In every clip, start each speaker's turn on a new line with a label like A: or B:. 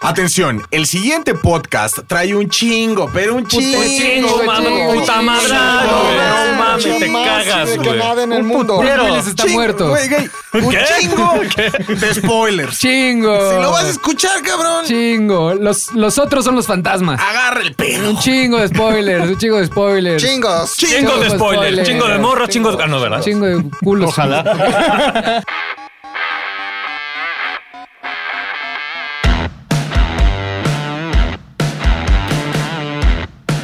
A: Atención, el siguiente podcast trae un chingo, pero un
B: Pues
A: chingo.
C: Un chingo,
A: chingo,
C: mame,
A: chingo,
C: puta
A: chingo,
C: madre,
A: chingo,
C: güey,
A: güey.
C: no mames,
A: Chingo
C: te
A: más
C: cagas,
A: de que
C: güey.
A: nada en el
D: Un
A: mundo.
D: putero.
A: Güey,
D: Está
A: chingo,
D: muerto.
A: güey, güey, Un
C: ¿Qué?
A: chingo de spoilers.
D: Chingo.
A: Si lo vas a escuchar, cabrón,
D: Chingo. Los, los otros son los fantasmas.
A: agarra el
D: Un
A: pelo.
D: chingo de spoilers, un chingo de spoilers.
B: Chingos.
C: Chingo de spoiler, chingo de morra, chingo de. Ah, no, ¿verdad?
D: Chingo de culos.
C: Ojalá.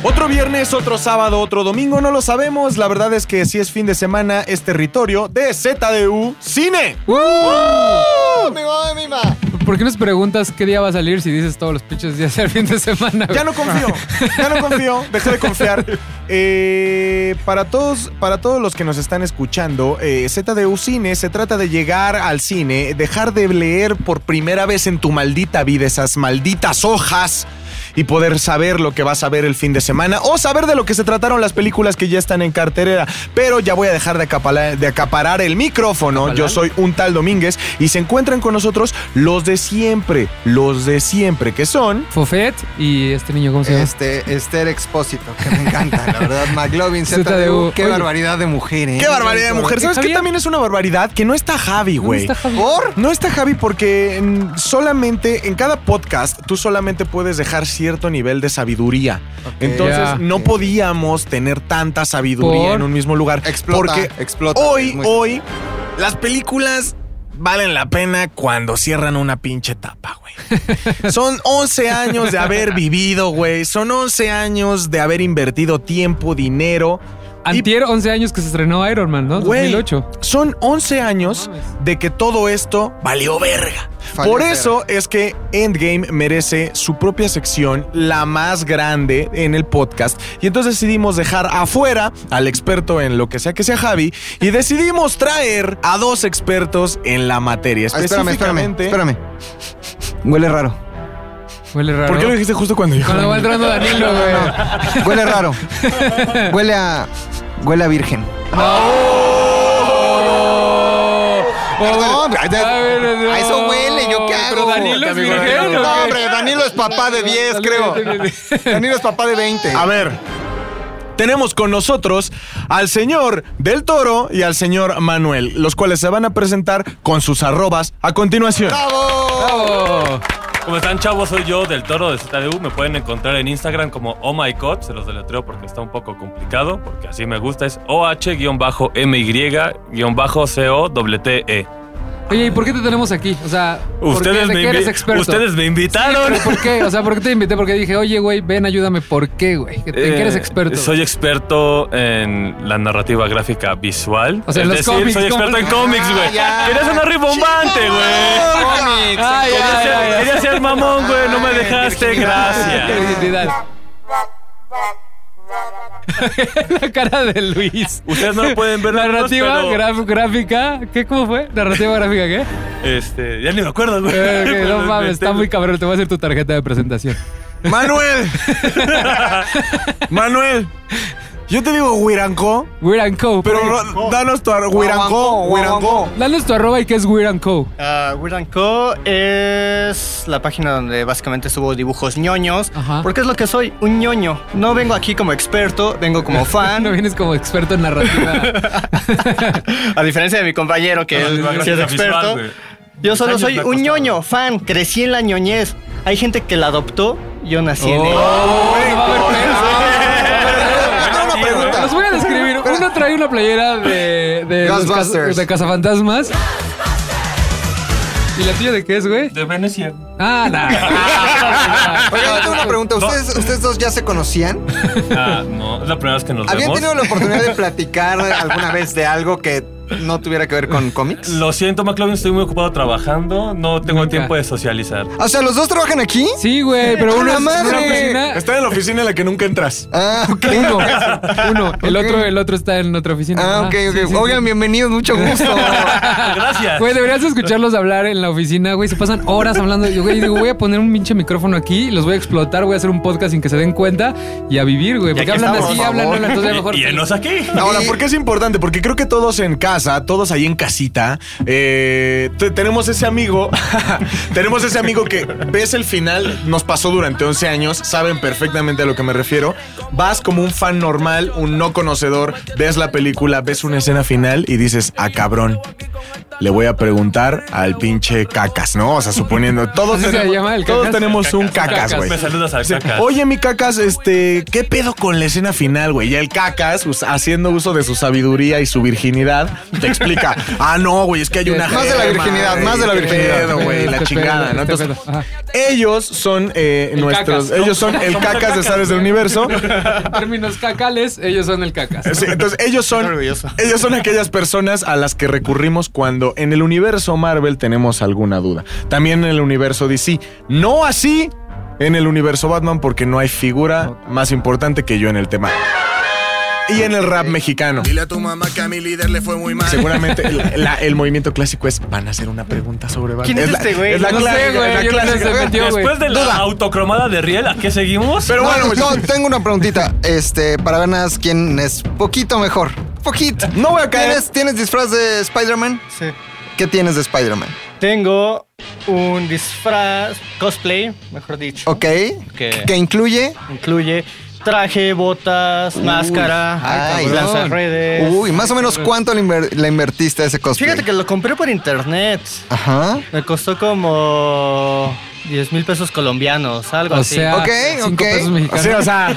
A: Otro viernes, otro sábado, otro domingo, no lo sabemos. La verdad es que si es fin de semana, es territorio de ZDU Cine.
B: Mi mamá, mi mamá.
D: Uh. ¿Por qué nos preguntas qué día va a salir si dices todos los pinches días del fin de semana? güey?
A: Ya no confío, ya no confío, dejé de confiar. Eh, para, todos, para todos los que nos están escuchando, eh, ZDU Cine se trata de llegar al cine, dejar de leer por primera vez en tu maldita vida esas malditas hojas y poder saber lo que vas a ver el fin de semana o saber de lo que se trataron las películas que ya están en carterera. Pero ya voy a dejar de acaparar, de acaparar el micrófono. Yo soy un tal Domínguez y se encuentran con nosotros los de siempre, los de siempre, que son...
D: Fofet y este niño, ¿cómo se llama?
B: Este, Esther Expósito, que me encanta, la verdad. McLovin, ZDU.
D: ZDU.
B: Qué
D: Oye.
B: barbaridad de mujer, ¿eh?
A: Qué barbaridad de mujer.
D: ¿Qué,
A: ¿Sabes qué
D: Javier?
A: también es una barbaridad? Que no está Javi,
D: ¿Dónde
A: güey. Oh,
D: está Javi?
B: ¿Por?
A: No está Javi porque mm, solamente en cada podcast tú solamente puedes dejar cierto nivel de sabiduría. Entonces
D: Ya.
A: no
B: Ok.
A: podíamos tener tanta sabiduría
D: ¿Por?
A: en un mismo lugar.
B: Explota,
A: porque
B: explota.
A: hoy,
B: Es muy- Ah,
A: hoy, las películas valen la pena cuando cierran una pinche tapa, güey. Son 11 años de haber vivido, güey. Son 11 años de haber invertido tiempo, dinero. y
D: Antier, 11 años que se estrenó Iron Man, ¿no?
A: Güey,
D: 2008.
A: Son 11 años
D: No mames.
A: de que todo esto valió verga.
B: Valió
A: Por
B: verga.
A: eso es que Endgame merece su propia sección, la más grande en el podcast. Y entonces decidimos dejar afuera al experto en lo que sea que sea Javi y decidimos traer a dos expertos en la materia.
B: Ah, espérame, espérame,
A: Específicamente,
B: espérame. Huele raro.
D: Huele raro.
A: ¿Por qué lo dijiste justo cuando yo?
D: Cuando va entrando Danilo, güey.
B: Huele raro. Huele a. Huele a virgen.
D: Oh.
B: Perdón,
D: A ver, no.
B: a eso huele, ¿yo qué
D: Pero
B: hago?
D: Danilo es
B: Amigo,
D: virgen, ¿o
B: No,
D: qué?
B: hombre, Danilo es papá de 10, creo. Danilo es papá de 20.
A: A ver. Tenemos con nosotros al señor Del Toro y al señor Manuel, los cuales se van a presentar con sus arrobas a continuación.
B: ¡Bravo!
D: Oh.
C: ¿Cómo están, chavos? Soy yo, del Toro de ZDU. Me pueden encontrar en Instagram como Oh My God. Se los deletreo porque está un poco complicado, porque así me gusta. Es OH-MY-COWTE.
D: Oye, ¿y por qué te tenemos aquí? O sea, ¿por
C: E. Ustedes
D: qué, ¿de
C: me,
D: qué eres
C: invi-
D: experto?
C: ustedes me invitaron.
D: ¿Pero ¿Por qué? O sea, ¿por qué te invité? Porque dije, oye, güey, ven, ayúdame. ¿Por qué, güey? ¿En qué eres
C: Eh,
D: experto?
C: Soy experto en la narrativa gráfica visual.
D: O sea,
C: es
D: los
C: decir,
D: cómics,
C: soy experto
D: ¿cómo?
C: en cómics,
D: Ah,
C: güey.
B: ya.
C: Quería sonar ribombante, güey.
B: Cómics.
D: Ay,
C: Quería
D: ay, ay,
C: ser-
D: ay.
C: Quería ser mamón, güey. No me
B: Ay,
C: dejaste.
B: virginidad.
C: Gracias.
D: Identidad. La cara de Luis.
C: Ustedes no lo pueden ver.
D: Narrativa
C: pero-
D: graf- gráfica. ¿Qué? ¿Cómo fue? Narrativa gráfica, ¿qué?
C: Este, ya ni me acuerdo, güey.
D: Eh, ok, no
C: Pero
D: mames, está
C: tengo-
D: muy cabrón. Te voy a hacer tu tarjeta de presentación.
A: Manuel. Manuel. Yo te digo Huiranco,
D: Weird and Co.
A: pero
D: please.
A: no- danos tu arroba. Huiranco, Huiranco.
D: Danos tu arroba y qué es Weird and Co.
E: Ah, Weird and Co. es la página donde básicamente subo dibujos ñoños.
D: Ajá.
E: Porque es lo que soy, un ñoño. No vengo aquí como experto, vengo como
D: No
E: fan.
D: vienes como experto en narrativa.
E: a diferencia de mi compañero que él
C: Narrativa
E: sí es
C: Ah, gráfica
E: experto.
C: visual, güey.
E: yo solo
C: Años
E: soy
C: me ha
E: un
C: costado.
E: ñoño, fan. Crecí en la ñoñez. Hay gente que la adoptó, yo nací en
D: Oh,
E: ella.
D: no va a haber pedo.
B: Yo tengo una pregunta.
D: Los voy a describir. Uno trae una playera de, de, los
B: Ghostbusters.
D: caz- de cazafantasmas. ¿Y la tuya de qué es, güey?
C: De Venecia.
D: Ah, nada.
B: Oiga, yo tengo una pregunta. ¿Ustedes, ¿Ustedes dos ya se conocían?
C: Ah, no, es la primera vez que nos
B: ¿Habían
C: vemos.
B: tenido la oportunidad de platicar alguna vez de algo que no tuviera que ver con cómics?
C: Lo siento, McLovin, estoy muy ocupado trabajando. No tengo
D: Nunca.
C: tiempo de socializar.
B: O sea, ¿los dos trabajan aquí?
D: Sí, güey, pero uno
B: ¡A la
D: es una
B: madre!
D: oficina.
A: Está en la oficina en la que nunca entras.
B: Ah, ok.
D: Uno, uno. El otro, el otro está en otra oficina.
B: Ah,
D: Ajá,
B: ok, ok.
D: sí, sí,
B: Oigan,
D: sí.
B: bienvenidos, mucho gusto.
C: Gracias.
D: Güey, deberías escucharlos hablar en la oficina, güey. Se pasan horas hablando. Yo, güey, digo, voy a poner un pinche micrófono aquí, y los voy a explotar, voy a hacer un podcast sin que se den cuenta y a vivir, güey. Porque
E: aquí
D: hablan
E: estamos,
D: así,
E: por
D: hablan,
E: favor.
D: hablan. Entonces, a lo mejor.
C: Y, y enos aquí.
A: Ahora,
B: Y-
A: ¿por qué es importante? Porque creo que todos en casa, todos ahí en casita, eh, te- tenemos ese amigo, tenemos ese amigo que ves el final, nos pasó durante 11 años, saben perfectamente a lo que me refiero. Vas como un fan normal, un no conocedor, ves la película, ves una escena final y dices, ah, cabrón, le voy a preguntar al pinche cacas, ¿no? O sea, suponiendo, todos,
D: ¿Así se
A: tenemos,
D: llama el
A: todos
D: Cacas?
A: tenemos un
D: Cacas.
A: cacas, güey.
C: Me saludas al
A: Sí.
C: cacas.
A: Oye, mi cacas, este, ¿qué pedo con la escena final, güey? Y el cacas, us- haciendo uso de su sabiduría y su virginidad, te explica, ah, no, güey, es que hay una...
B: Más de la
A: gema,
B: virginidad,
A: güey,
B: más de la
A: qué
B: virginidad.
A: pedo, güey, la
D: Este
A: chingada,
D: pedo,
A: ¿no?
D: este
A: Entonces,
D: pedo, ajá.
A: ellos son eh,
D: El
A: nuestros,
D: Cacas, ¿no?
A: ellos son el cacas de Sabes del Universo.
D: En términos cacales, ellos son el cacas.
A: Sí, entonces ellos son
E: Estoy orgulloso.
A: ellos son aquellas personas a las que recurrimos cuando en el universo Marvel tenemos alguna duda. También en el universo DC, no así en el universo Batman porque no hay figura más importante que yo en el tema. Y en el rap mexicano.
F: Dile a tu mamá que a mi líder le fue muy mal.
A: Seguramente la- la- el movimiento clásico es van a hacer una pregunta sobre Batman.
E: ¿Quién es
A: la-
E: este güey?
A: es la
D: No sé,
A: clásica,
D: güey,
A: es la
D: yo no sé,
A: clásica.
D: se metió, güey.
C: Después de la
B: Duda.
C: autocromada de Riel, ¿a qué seguimos?
A: Pero bueno,
B: No,
A: pues,
B: no, tengo una preguntita. Este, para ver nada más quién es poquito mejor. Poquito.
A: no voy a caer.
B: ¿Tienes, ¿Tienes disfraz de Spider-Man?
E: Sí.
B: ¿Qué tienes de Spider-Man?
E: Tengo un disfraz, cosplay, mejor dicho,
B: Ok. Que incluye.
E: incluye traje, botas, máscara,
B: ay, cabrón.
E: lanzarredes.
B: Uy, más o menos cuánto le, inver- le invertiste a ese cosplay.
E: Fíjate que lo compré por internet.
B: Ajá.
E: Me costó como 10 mil pesos colombianos, algo
D: O
E: así.
D: sea,
B: Ok,
D: 5
B: ok.
D: pesos mexicanos.
A: Sí, o sea,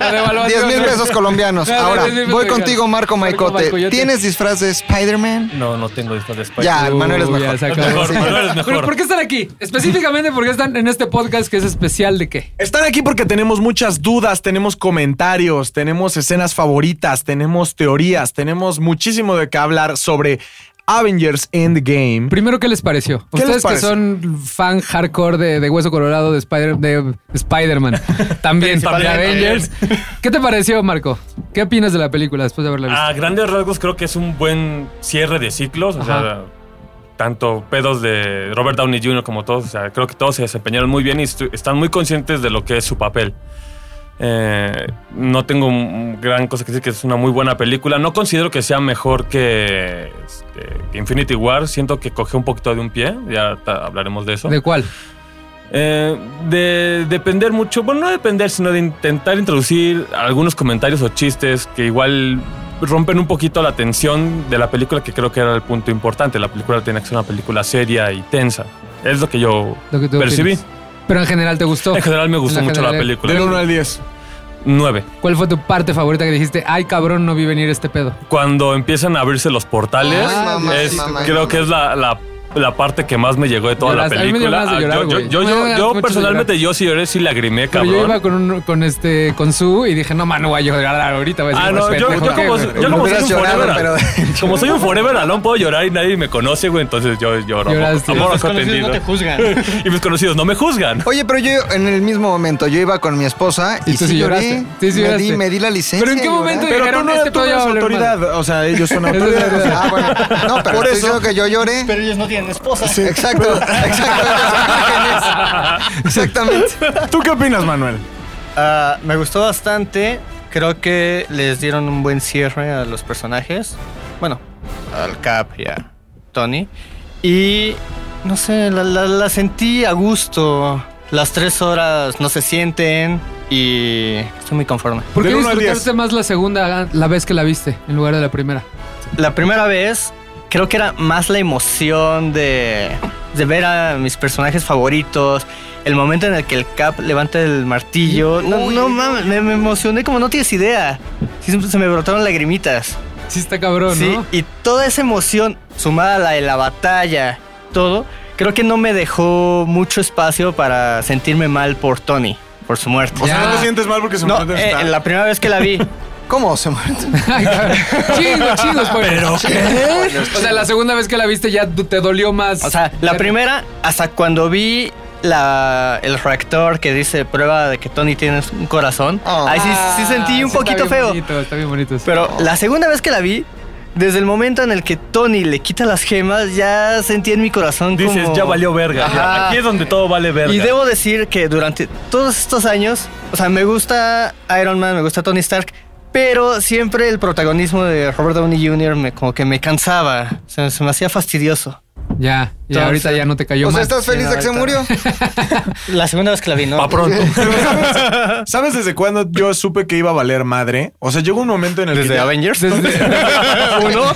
D: La devaluación,
B: 10 mil
D: güey.
B: pesos colombianos.
D: No, no,
B: Ahora,
D: 10,000 pesos
B: voy
D: mexicanos.
B: contigo, Marco
D: Marco
B: Maicote.
D: Maicoyote.
B: ¿Tienes disfraz de Spider-Man?
C: No, no tengo esto de Spider-Man.
B: Ya,
D: Uy,
B: Manuel es
D: ya
B: mejor.
D: se acabó.
C: Mejor,
B: Sí.
C: Manuel es
D: Pero,
C: mejor.
D: ¿Por qué están aquí? Específicamente, ¿por qué están en este podcast que es especial de qué?
A: Están aquí porque tenemos muchas dudas, tenemos comentarios, tenemos escenas favoritas, tenemos teorías, tenemos muchísimo de qué hablar sobre Avengers Endgame.
D: Primero, ¿qué les pareció?
A: ¿Qué les
D: Ustedes que
A: parece?
D: son fan hardcore de, de Hueso Colorado, de Spider- de Spider-Man, también, de
C: Principalmente.
D: Avengers. ¿Qué te pareció, Marco? ¿Qué opinas de la película después de haberla visto?
C: A grandes rasgos creo que es un buen cierre de ciclos, o sea,
D: Ajá.
C: tanto pedos de Robert Downey Jr. como todos, o sea, creo que todos se desempeñaron muy bien y estu- están muy conscientes de lo que es su papel. Eh, no tengo un- gran cosa que decir que es una muy buena película. No considero que sea mejor que, este, que Infinity War. Siento que coge un poquito de un pie. Ya ta- hablaremos de eso.
D: ¿De cuál?
C: Eh, de depender mucho, bueno, no depender, sino de intentar introducir algunos comentarios o chistes que igual rompen un poquito la tensión de la película, que creo que era el punto importante. La película tenía que ser una película seria y tensa. Es lo que yo
D: Lo que tú
C: percibí.
D: opinas. Pero en general, ¿te gustó?
C: En general me gustó
D: En la
C: mucho la
D: general.
C: película.
A: Del 1 al 10.
C: 9.
D: ¿Cuál fue tu parte favorita que dijiste, ay cabrón, no vi venir este pedo?
C: Cuando empiezan a abrirse los portales,
B: Ay,
D: Ah,
B: mamá,
C: es-
B: mamá,
C: creo
B: mamá.
C: que es la, la- la parte que más me llegó de toda
D: Lloraste.
C: la
D: A mí me dio
C: película.
D: ganas de
C: Ah,
D: llorar,
C: yo- yo
D: güey.
C: yo-
D: Me dio
C: yo-
D: ganas
C: yo
D: mucho de
C: personalmente, yo sí lloré, sí lagrimé,
D: Pero
C: cabrón.
D: yo iba con, un- con este, con su y dije, no, mano, voy a llorar ahorita. Voy a decir,
C: Ah,
D: "Pues,
C: no, yo,
D: pendejo,
C: yo
D: ¿qué,
C: como,
D: güey?"
C: yo como soy
B: Hubieras
C: un
B: llorado,
C: forever,
B: pero-
C: como soy un forever alone, puedo llorar y nadie me conoce, güey, entonces yo lloro.
D: Lloraste.
C: Amor
D: Los
C: ojo
E: Desconocidos
C: tendido.
E: no te juzgan.
C: y mis conocidos no me juzgan.
B: Oye, pero yo en el mismo momento, yo iba con mi esposa y,
D: Y tú
B: sí
D: sí
B: lloré.
D: lloraste. Sí, sí
B: me,
D: lloraste.
B: di, me di la licencia.
D: ¿Pero en qué
B: de llorar.
D: momento
A: Pero tú
D: Dijeron,
A: no,
D: este
A: tú no
D: pedo ya
A: eres
D: va a valer
A: autoridad, o sea, ellos son
D: Eso es
A: autoridad.
D: verdad.
B: Ah, bueno. No, pero
A: Por
B: por
A: eso-
B: eso que yo lloré.
E: Pero ellos no tienen esposa.
B: Sí, Exacto, exacto. Exactamente.
A: ¿Tú qué opinas, Manuel?
E: Ah, me gustó bastante. Creo que les dieron un buen cierre a los personajes. Bueno, al Cap y a Tony. Y no sé, la, la- la sentí a gusto. Las tres horas no se sienten y estoy muy conforme.
D: ¿Por qué
A: Del uno al
D: disfrutaste más la segunda la vez que la viste en lugar de la primera?
E: La primera vez creo que era más la emoción de, de ver a mis personajes favoritos. El momento en el que el Cap levanta el martillo. No, no mames, me, me emocioné como no tienes idea. Sí, se me brotaron lagrimitas.
D: Sí, está cabrón,
E: Sí,
D: Oh, ¿no?
E: y toda esa emoción sumada a la de la batalla, todo, creo que no me dejó mucho espacio para sentirme mal por Tony, por su muerte.
A: O sea,
D: Ya.
A: no te sientes mal porque se
E: no,
A: murió de
E: eh,
A: estar?
E: la primera vez que la vi.
B: ¿Cómo se muerde?
D: Ay, cabrón. Chingo, chingo, spoiler. O sea, la segunda vez que la viste ya te dolió más.
E: O sea, la primera, hasta cuando vi la, el reactor que dice prueba de que Tony tiene un corazón,
B: Oh.
E: ahí sí, sí
D: Ah,
E: sentí un
D: sí,
E: poquito
D: está bien
E: feo.
D: bonito, está bien bonito. sí.
E: Pero la segunda vez que la vi, desde el momento en el que Tony le quita las gemas, ya sentí en mi corazón
C: Dices,
E: como-
C: ya valió verga. ya.
E: Ajá.
C: Aquí es donde todo vale verga.
E: Y debo decir que durante todos estos años, o sea, me gusta Iron Man, me gusta Tony Stark, Pero siempre el protagonismo de Robert Downey Jr. Me, como que me cansaba. Se, se me hacía fastidioso.
D: Ya, ya
E: Entonces-
D: ahorita ya no te cayó
B: O sea,
D: mal.
B: ¿estás feliz de que se murió?
E: ahorita. La segunda vez que la vi, ¿no?
C: Pa' pronto.
A: ¿Sabes desde cuándo yo supe que iba a valer madre? O sea, llegó un momento en el que. ya-
E: Avengers.
D: Desde, uno.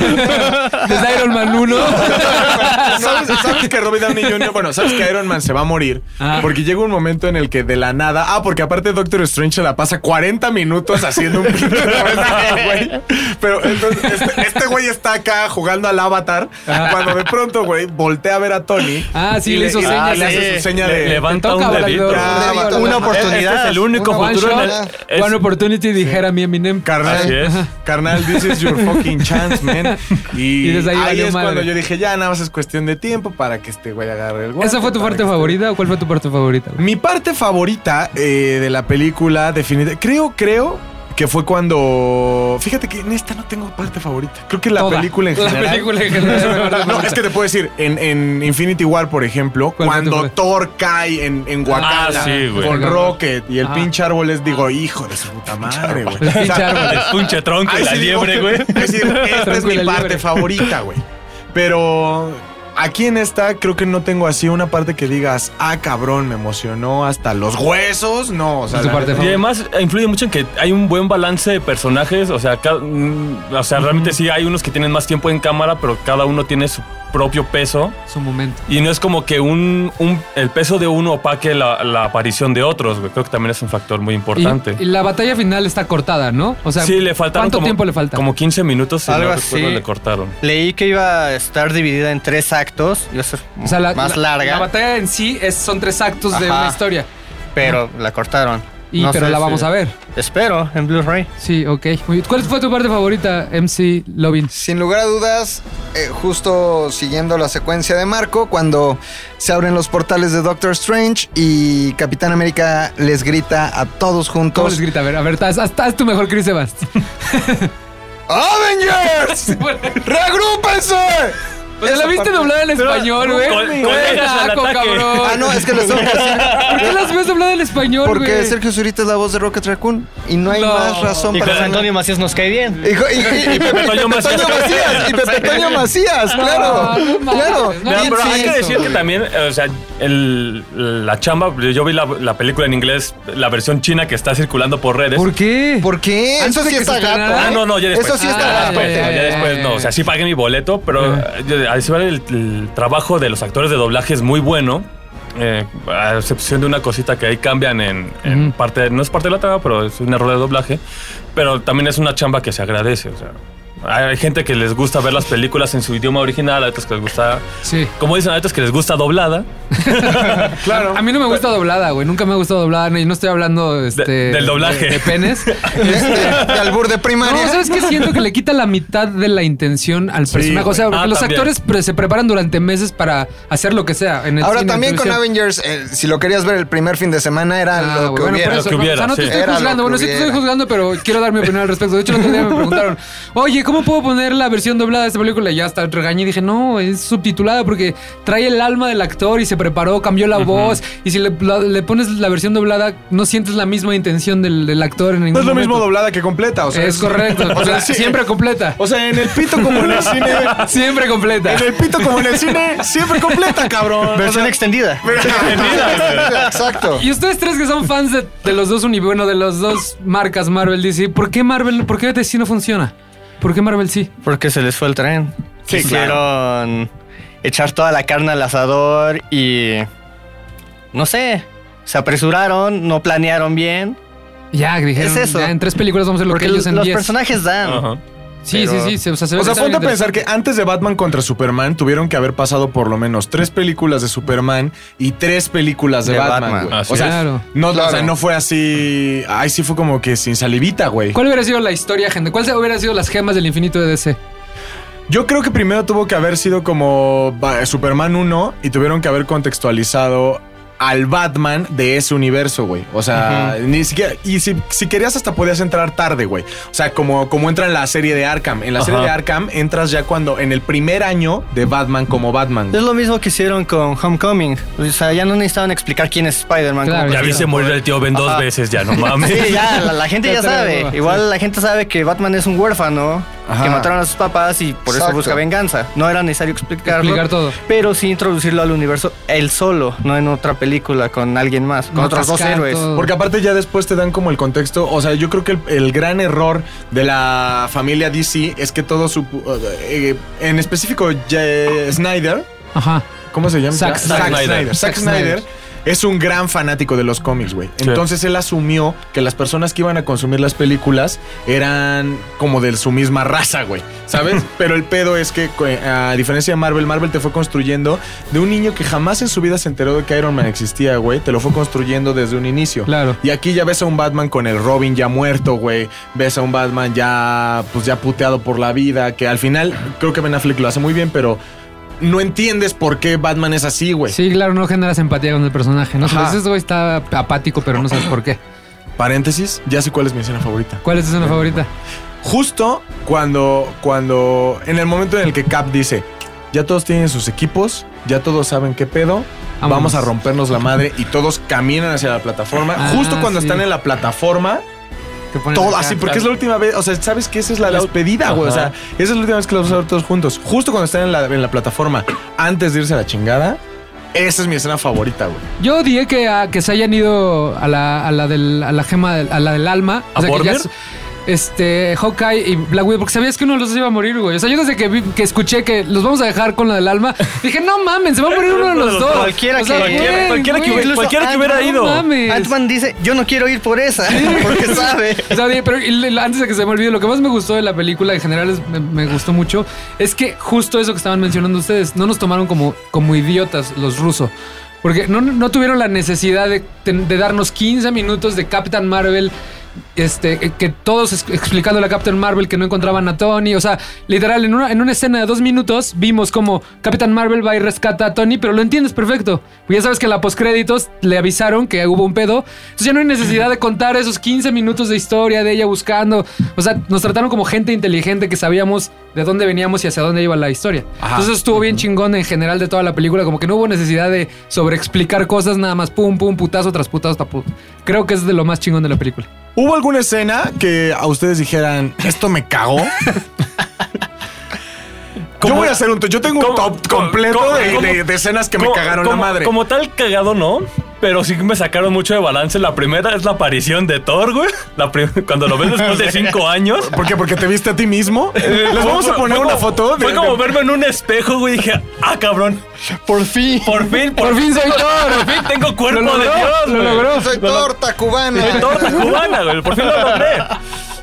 D: Desde Iron Man 1.
A: ¿Sabes, sabes que Robert Downey Jr. Bueno, sabes que Iron Man se va a morir.
D: Ah.
A: Porque llega un momento en el que de la nada. Ah, porque aparte Doctor Strange se la pasa 40 minutos haciendo un pinche travesaño, este güey. Pero entonces, este- este güey está acá jugando al avatar. Cuando de pronto, güey, voltea a ver a Tony.
D: Ah, sí,
A: y
D: le hizo
A: ah,
D: señas,
A: le hace
D: sí.
A: su seña
C: Le-
A: de.
C: levanta un dedito. Ah,
B: Una
C: Este es
E: oportunidad.
C: el único
D: One
C: futuro en el-
D: shot,
C: es-
D: one opportunity, dijera mi Eminem.
A: Carnal,
C: Así es.
A: carnal, this is your fucking chance, man. Y,
D: Y desde ahí
A: ahí,
D: valió
A: es
D: madre.
A: cuando yo dije, ya nada más es cuestión de tiempo para que este güey agarre el guante.
D: ¿Esa fue tu
A: para
D: parte
A: que este-
D: favorita o cuál fue tu parte favorita? güey?
A: Mi parte favorita eh, de la película, definitivamente, creo, creo que fue cuando... Fíjate que en esta no tengo parte favorita. Creo que la
D: Toda.
A: película en general...
D: La película en general.
A: No, es que te puedo decir, en, en Infinity War, por ejemplo,
D: ¿Cuál fue tu
A: cuando
D: favorita?
A: Thor cae en, en Wakanda
C: Ah, sí, güey.
A: con Rocket y el
D: Ah.
A: pinche árbol es, digo, hijo de su puta madre, güey.
D: El pinche
A: O sea,
D: árbol.
C: Es punche tronco y
A: Ahí
C: la
A: sí digo,
C: liebre, güey.
A: Es decir, esta es
D: Tronco y
A: mi
D: la
A: parte
D: liebre.
A: favorita, güey. Pero aquí en esta creo que no tengo así una parte que digas, ah, cabrón, me emocionó hasta los huesos. No, o sea,
D: Es tu
A: la
D: parte
A: neta-
C: Y además eh, influye mucho en que hay un buen balance de personajes. O sea, ca- mm, o sea realmente sí hay unos que tienen más tiempo en cámara, pero cada uno tiene su propio peso.
D: Su momento.
C: Y no es como que un, un- el peso de uno opaque la, la aparición de otros, güey. Creo que también es un factor muy
D: Y,
C: importante.
D: y la batalla final está cortada, ¿no? O sea,
C: sí, le faltaron
D: ¿cuánto
C: como,
D: tiempo le falta?
C: Como 15 minutos, si
E: Algo
C: no recuerdo,
E: así.
C: le cortaron.
E: Leí que iba a estar dividida en tres actos. Iba a ser
D: o sea, la,
E: más
D: la-
E: larga,
D: La batalla en sí es, son tres actos de
E: Ajá.
D: una historia.
E: pero la cortaron.
D: Y,
E: No
D: pero
E: sé
D: la
E: si-
D: vamos a ver.
E: Espero, en Blu-ray.
D: Sí, ok. Muy bien. ¿Cuál fue tu parte favorita, MC Lovin?
B: Sin lugar a dudas, eh, justo siguiendo la secuencia de Marco, cuando se abren los portales de Doctor Strange y Capitán América les grita a todos
D: ¿Cómo les
B: juntos:
D: grita? A ver, a ver, haz, haz- haz tu mejor Chris Evans.
B: ¡Avengers! ¡Regrúpense!
D: O sea, la viste doblada en español, güey.
C: con-
D: Güey,
C: colegas al
D: naco,
C: ataque.
D: cabrón.
B: Ah, no, es que les tengo que hacer.
D: ¿Por qué las ves doblada en español, güey?
B: Porque Sergio Zurita es la voz de Rocket Raccoon y no hay
D: No.
B: más razón
E: Y con
B: para
E: Antonio Macías nos cae bien.
B: Y, y- y- y Pepe Toño Macías. Y Pepe Toño Macías,
D: No,
B: claro.
D: no mames,
B: claro.
D: no
C: No,
D: Sí,
C: pero hay
D: sí,
C: que
D: eso,
C: decir que
D: güey.
C: también, eh, o sea, el- la chamba, yo vi la, la película en inglés, la versión china que está circulando por redes.
D: ¿Por qué?
B: ¿Por qué?
D: Antes
B: Eso
D: de
B: sí
D: que ¿eh?
B: está
D: se
B: gato.
D: estrenara.
C: Ah, no, no, ya después.
B: ¿Eh? Eso sí está Ah.
C: ya
D: Ah,
B: gato.
C: después,
D: ya,
C: no,
D: ya,
C: ya después
D: ya,
C: no.
D: ya.
C: O sea, sí pagué mi boleto, pero
D: Ajá.
C: eh, a decir verdad, el, el trabajo de los actores de doblaje es muy bueno. eh, a excepción de una cosita que ahí cambian en, en
D: Ujú.
C: parte, no es parte de la trama, pero es un error de doblaje. Pero también es una chamba que se agradece. O sea, hay gente que les gusta ver las películas en su idioma original, hay otros que les gusta,
D: Sí.
C: como dicen, hay otros que les gusta doblada.
A: Claro.
D: A mí no me gusta doblada, güey. Nunca me ha gustado doblada. Y no estoy hablando este,
C: del doblaje.
D: De, de penes.
B: De, este, de- de albur de
D: No,
B: primaria.
D: ¿sabes qué? Siento que le quita la mitad de la intención al personaje. O sea,
C: güey.
D: porque
C: Ah,
D: los
C: también.
D: actores pre- se preparan durante meses para hacer lo que sea. En el
B: Ahora
D: cine, en
B: también con
D: televisión.
B: Avengers, eh, si lo querías ver el primer fin de semana, era
D: Ah,
B: lo que
D: güey, bueno,
B: hubiera.
D: por
C: Lo
D: eso,
C: que
D: ¿no?
C: hubiera,
D: o sea, no te
C: sí.
D: estoy
B: Era lo
D: juzgando.
B: que
D: Bueno, sí te estoy
B: hubiera.
D: juzgando, pero quiero dar mi opinión al respecto. De hecho, el otro día me preguntaron, oye, ¿cómo puedo poner la versión doblada de esta película? Y ya hasta regañé y dije, no, es subtitulada porque trae el alma del actor y se preparó, cambió la voz. Y si le, la- le pones la versión doblada, no sientes la misma intención del, del actor en ningún
A: No es lo mismo
D: momento.
A: doblada que completa, o sea.
D: es correcto.
A: O sea,
D: O sea,
A: sí.
D: siempre completa.
A: O sea, en el pito como en el cine.
D: Siempre completa.
A: En el pito como en el cine, siempre completa, cabrón. O
E: Versión
A: sea,
E: extendida.
B: Exacto.
D: Y ustedes tres que son fans de, de los dos uni, bueno, de las dos marcas Marvel DC, ¿por qué Marvel, por qué DC no funciona? ¿Por qué Marvel sí?
E: Porque se les fue el tren.
A: Sí,
E: Quisieron echar toda la carne al asador y. No sé. Se apresuraron, no planearon bien.
D: Ya, dijeron,
E: Es eso.
D: ya, en tres películas vamos a hacer lo
E: porque
D: que ellos en
E: los
D: diez.
E: personajes dan.
C: Ajá.
D: Sí,
E: pero-
D: sí, sí, se- O sea, se ve
A: O sea,
D: que está
A: ponte a
D: bien
A: pensar que antes de Batman contra Superman tuvieron que haber pasado por lo menos tres películas de Superman y tres películas de,
E: De
A: Batman.
E: Batman.
A: güey.
C: Así
A: O sea,
D: Claro.
A: no, o sea,
B: Claro.
A: no fue así. Ay, sí fue como que sin salivita, güey.
D: ¿Cuál hubiera sido la historia, gente? ¿Cuál se- hubiera sido las gemas del infinito de DC?
A: Yo creo que primero tuvo que haber sido como va, Superman 1 y tuvieron que haber contextualizado al Batman de ese universo, güey. O sea, ni siquiera. Y si, si querías, hasta podías entrar tarde, güey. O sea, como, como entra en la serie de Arkham. En la serie
C: Ajá.
A: de Arkham entras ya cuando. En el primer año de Batman como Batman.
E: Es lo mismo que hicieron con Homecoming. O sea, ya no necesitaban explicar quién es Spider-Man.
D: Claro.
E: como
C: Ya
E: que-
C: viste morir al tío Ben dos veces, ya no mames.
E: Pues Sí, ya, la, la gente
D: Ya
E: ya
D: te la
E: sabe.
D: hueva,
E: Igual la gente sabe que Batman es un huérfano,
A: Ajá.
E: que mataron a sus papás y por
B: Exacto.
E: eso busca venganza. No era necesario explicarlo.
D: Explicar todo.
E: Pero sí introducirlo al universo él solo, no en otra película, con alguien más, con
D: No
E: otros dos
D: cascar
E: héroes.
D: todo.
A: Porque aparte ya después te dan como el contexto, o sea, yo creo que el, el gran error de la familia DC es que todo su... eh, en específico, ya- Snyder,
D: Ajá.
A: ¿cómo se llama?
D: Zack
C: Snyder.
A: Zack
D: Zack
A: Snyder.
D: Snyder.
A: Es un gran fanático de los cómics, güey.
C: Sí.
A: Entonces él asumió que las personas que iban a consumir las películas eran como de su misma raza, güey. ¿Sabes? Pero el pedo es que, co- a diferencia de Marvel, Marvel te fue construyendo de un niño que jamás en su vida se enteró de que Iron Man existía, güey. Te lo fue construyendo desde un inicio.
D: Claro.
A: Y aquí ya ves a un Batman con el Robin ya muerto, güey. Ves a un Batman ya, pues ya puteado por la vida. Que al final, creo que Ben Affleck lo hace muy bien, pero no entiendes por qué Batman es así, güey.
D: Sí, claro, no generas empatía con el personaje. No
A: Pues. Ajá.
D: sabes, este güey está apático, pero no sabes por qué.
A: Paréntesis, ya sé cuál es mi escena favorita.
D: ¿Cuál es tu escena favorita?
A: Justo cuando, cuando, en el momento en el que Cap dice, ya todos tienen sus equipos, ya todos saben qué pedo, vamos
D: Vámonos.
A: a rompernos la madre y todos caminan hacia la plataforma.
D: Ah,
A: Justo cuando
D: sí.
A: están en la plataforma,
D: Que ponen
A: Todo
D: acá.
A: así, porque es la última vez, o sea, sabes que esa es la despedida, güey. O sea,
C: Ajá.
A: esa es la última vez que los vas a ver todos juntos. Justo cuando están en la, en la plataforma, antes de irse a la chingada, esa es mi escena favorita, güey.
D: Yo odié que, a- que se hayan ido a la, a la, del, a la gema, del- a la del alma.
C: ¿A
D: que
C: Boromir?
D: es- este, Hawkeye y Black Widow, porque sabías que uno de los dos iba a morir, güey. O sea, yo desde que, vi- que escuché que los vamos a dejar con la del alma, dije, no mames, se va a morir uno de los dos.
E: Cualquiera
D: O sea,
E: que-
C: Cualquiera-
D: güey,
C: cualquiera que
D: güey.
C: hubiera- cualquiera que hubiera
E: Ant-Man,
C: ido.
D: No mames.
E: Ant-Man dice, yo no quiero ir por esa, porque sabe.
D: O sea, oye, pero y le- antes de que se me olvide, lo que más me gustó de la película en general, es- me, me gustó mucho, es que justo eso que estaban mencionando ustedes, no nos tomaron como, como idiotas los rusos. Porque no, no tuvieron la necesidad de, ten- de darnos 15 minutos de Captain Marvel, este, eh, que todos es- explicándole a Captain Marvel que no encontraban a Tony. O sea, literal, en una, en una escena de dos minutos vimos como Captain Marvel va y rescata a Tony, pero lo entiendes perfecto. Porque ya sabes que en la postcréditos le avisaron que hubo un pedo. Entonces ya no hay necesidad de contar esos 15 minutos de historia de ella buscando. O sea, nos trataron como gente inteligente que sabíamos de dónde veníamos y hacia dónde iba la historia. Entonces eso estuvo bien chingón en general de toda la película. Como que no hubo necesidad de sobreexplicar cosas, nada más pum, pum, putazo tras putazo. tras putazo. Creo que es de lo más chingón de la película.
A: ¿Hubo alguna escena que a ustedes dijeran, esto me cagó? Yo voy a hacer un top. Yo tengo un
C: ¿Cómo-
A: top
C: cómo-
A: completo
C: cómo-
A: de,
C: cómo-
A: de- de escenas que me
C: Como-
A: cagaron
C: como,
A: la madre.
C: Como tal cagado no, pero sí me sacaron mucho de balance. La primera es la aparición de Thor, güey. La prim- cuando lo ves después de cinco años.
A: ¿Por qué? ¿Porque te viste a ti mismo? Les vamos a
C: Eh, Fue-
A: poner
C: fue
A: una
C: como-
A: foto. de-
C: Fue como
A: de-
C: verme en un espejo, güey. y Dije, ah, cabrón. Por fin. Por fin, por,
D: Por fin soy
C: Por
D: Thor.
C: fin tengo cuerpo
D: Lo logró,
C: de Dios,
D: lo
C: güey.
D: logró.
B: Soy torta cubana.
C: Soy torta cubana, güey. Por fin lo logré.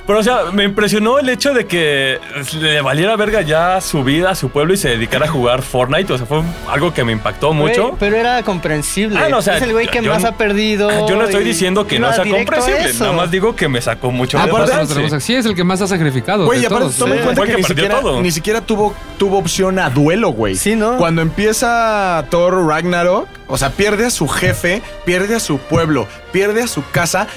C: Pero, o sea, me impresionó el hecho de que le valiera verga ya su vida, a su pueblo y se dedicara a jugar Fortnite. O sea, fue algo que me impactó mucho.
E: Güey, pero era comprensible.
C: Ah, no, o sea,
E: es el güey que
C: yo- yo
E: más
C: no-
E: ha perdido.
C: Yo no estoy
E: y
C: diciendo que
E: iba
C: no sea
E: directo a
C: comprensible,
E: eso.
C: nada más digo que me sacó mucho de
A: Aparte-
D: Nosotros
C: balance.
D: tenemos- Sí, es el que más ha sacrificado.
A: Güey, y
D: de
A: aparte
D: todos, ¿eh?
A: toma en
C: sí.
D: güey.
A: cuenta
C: Fue
A: que
C: que
A: ni
C: perdió
A: siquiera,
C: todo.
A: ni siquiera tuvo, tuvo opción a duelo, güey.
E: Sí, ¿no?
A: Cuando empieza Thor Ragnarok, o sea, pierde a su jefe, pierde a su pueblo, pierde a su casa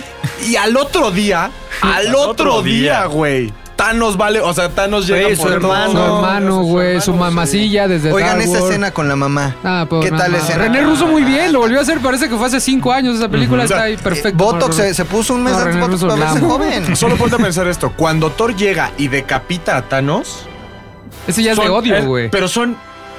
A: y al otro día, al otro
C: otro día.
A: día, güey, Thanos vale, o sea, Thanos llega
E: Güey,
A: por
E: su
A: todo.
E: hermano.
D: Su hermano,
E: no,
D: güey,
E: su
D: su
E: hermano,
D: mamacilla desde
B: Oigan,
D: Dark
B: esa
D: World.
B: escena con la mamá.
D: Ah, pues,
B: ¿Qué
D: no
B: tal
D: mames.
B: escena?
D: René Russo muy bien, lo volvió a hacer, parece que fue hace cinco años esa película,
A: Ujú.
D: está ahí perfecto.
B: Eh, Botox se, se puso un mes
D: No,
B: antes
D: René
B: Botox
D: Russo,
B: para
D: la
B: verse
D: amo.
B: joven.
A: Solo ponte a pensar esto, cuando Thor llega y decapita a Thanos,
D: Ese ya es de
A: son- eh,
D: odio, güey.
A: Pero son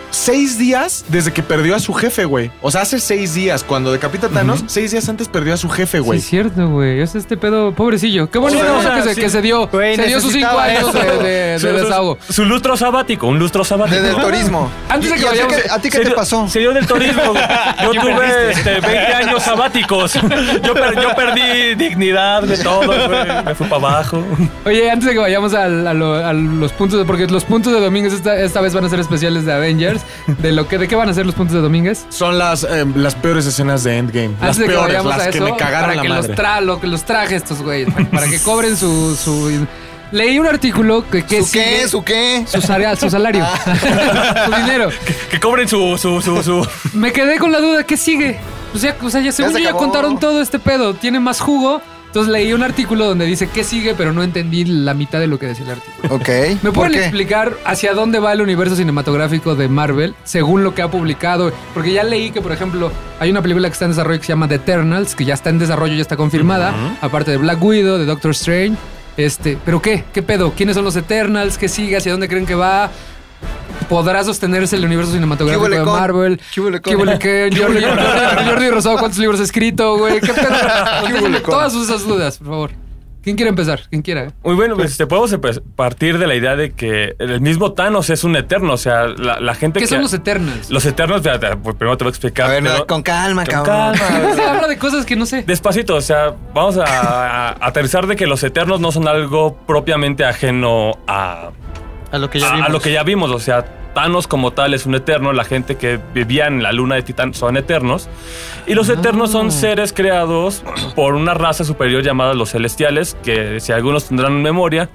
A: seis días desde que perdió a su jefe, güey. O sea, hace seis días, cuando decapita a Thanos, seis días antes perdió a su jefe,
D: Sí,
A: güey.
D: es cierto, güey. Es este pedo, pobrecillo. Qué bonito
C: O sea,
D: eso
C: o sea,
D: que, se,
C: sí.
D: que se dio.
E: Güey,
D: se dio sus cinco
E: necesitaba
D: años de,
E: eso.
D: de- de
C: Su- su-
D: desahogo.
C: Su lustro sabático, un lustro sabático.
B: Desde el turismo.
D: Antes de
B: ¿Y-
D: que
B: y a ti
D: vayamos-
B: qué- ¿A ti qué
C: Se
B: te
C: dio-
B: pasó?
C: Se dio del turismo. güey. Yo tuve este, 20 años sabáticos. Yo, per- yo perdí dignidad de todo, güey. Me fui para abajo.
D: Oye, antes de que vayamos al- a, lo- a los puntos, de- porque los puntos de Domínguez esta, esta vez van a ser especiales de Avengers. De lo que, ¿De qué van a ser los puntos de Domínguez?
A: Son las, eh, las peores escenas de Endgame. las
D: Antes de que
A: peores,
D: vayamos
A: las
D: a
A: que
D: eso,
A: me cagaron
D: para
A: la
D: que
A: madre.
D: los tra- lo que los traje estos güeyes, para, para que cobren su, su- Leí un artículo que, que
B: ¿Su qué?
D: sigue-
B: ¿Su qué?
D: su, sarea- su salario, su dinero.
A: Ah.
C: Que cobren su. su, su, su-
D: Me quedé con la duda, ¿qué sigue? pues ya, o sea, ya según
B: se
D: yo ya
B: acabó.
D: contaron todo este pedo, tiene más jugo. Entonces leí un artículo donde dice qué sigue, pero no entendí la mitad de lo que decía el artículo.
B: Ok.
D: ¿Me
B: ¿Por
D: pueden
B: qué?
D: explicar hacia dónde va el universo cinematográfico de Marvel según lo que ha publicado? Porque ya leí que, por ejemplo, hay una película que está en desarrollo que se llama The Eternals, que ya está en desarrollo, ya está confirmada, aparte de Black Widow, de Doctor Strange. Este, ¿pero qué? ¿Qué pedo? ¿Quiénes son los Eternals? ¿Qué sigue? ¿Hacia dónde creen que va? ¿Podrá sostenerse el universo
B: ¿Qué
D: cinematográfico
B: huele
D: de
B: con?
D: Marvel?
B: ¿Qué huele con?
D: ¿Qué huele qué? Jordi, Jordi, Jordi Rosado, ¿cuántos libros ha escrito, güey? ¿Qué pedo? Contéstame
B: con?
D: Todas esas dudas, por favor. ¿Quién quiere empezar? ¿Quién quiera?
C: Muy bueno, pues te podemos empe- partir de la idea de que el mismo Thanos es un eterno. O sea, la, la gente
D: ¿Qué
C: que.
D: son los Eternals?
C: Los eternos, espérate, pues primero te voy a explicar.
B: A ver,
C: pero-
B: no, con calma,
C: con
B: cabrón.
C: calma.
D: Se habla de cosas que no sé.
C: Despacito, o sea, vamos a, a aterrizar de que los eternos no son algo propiamente ajeno a,
E: A lo que ya
C: Ah, a- a
E: vimos.
C: lo que ya vimos. O sea, Thanos como tal es un eterno, la gente que vivía en la luna de Titán son eternos. Y los eternos son seres creados por una raza superior llamada los celestiales, que si algunos tendrán memoria,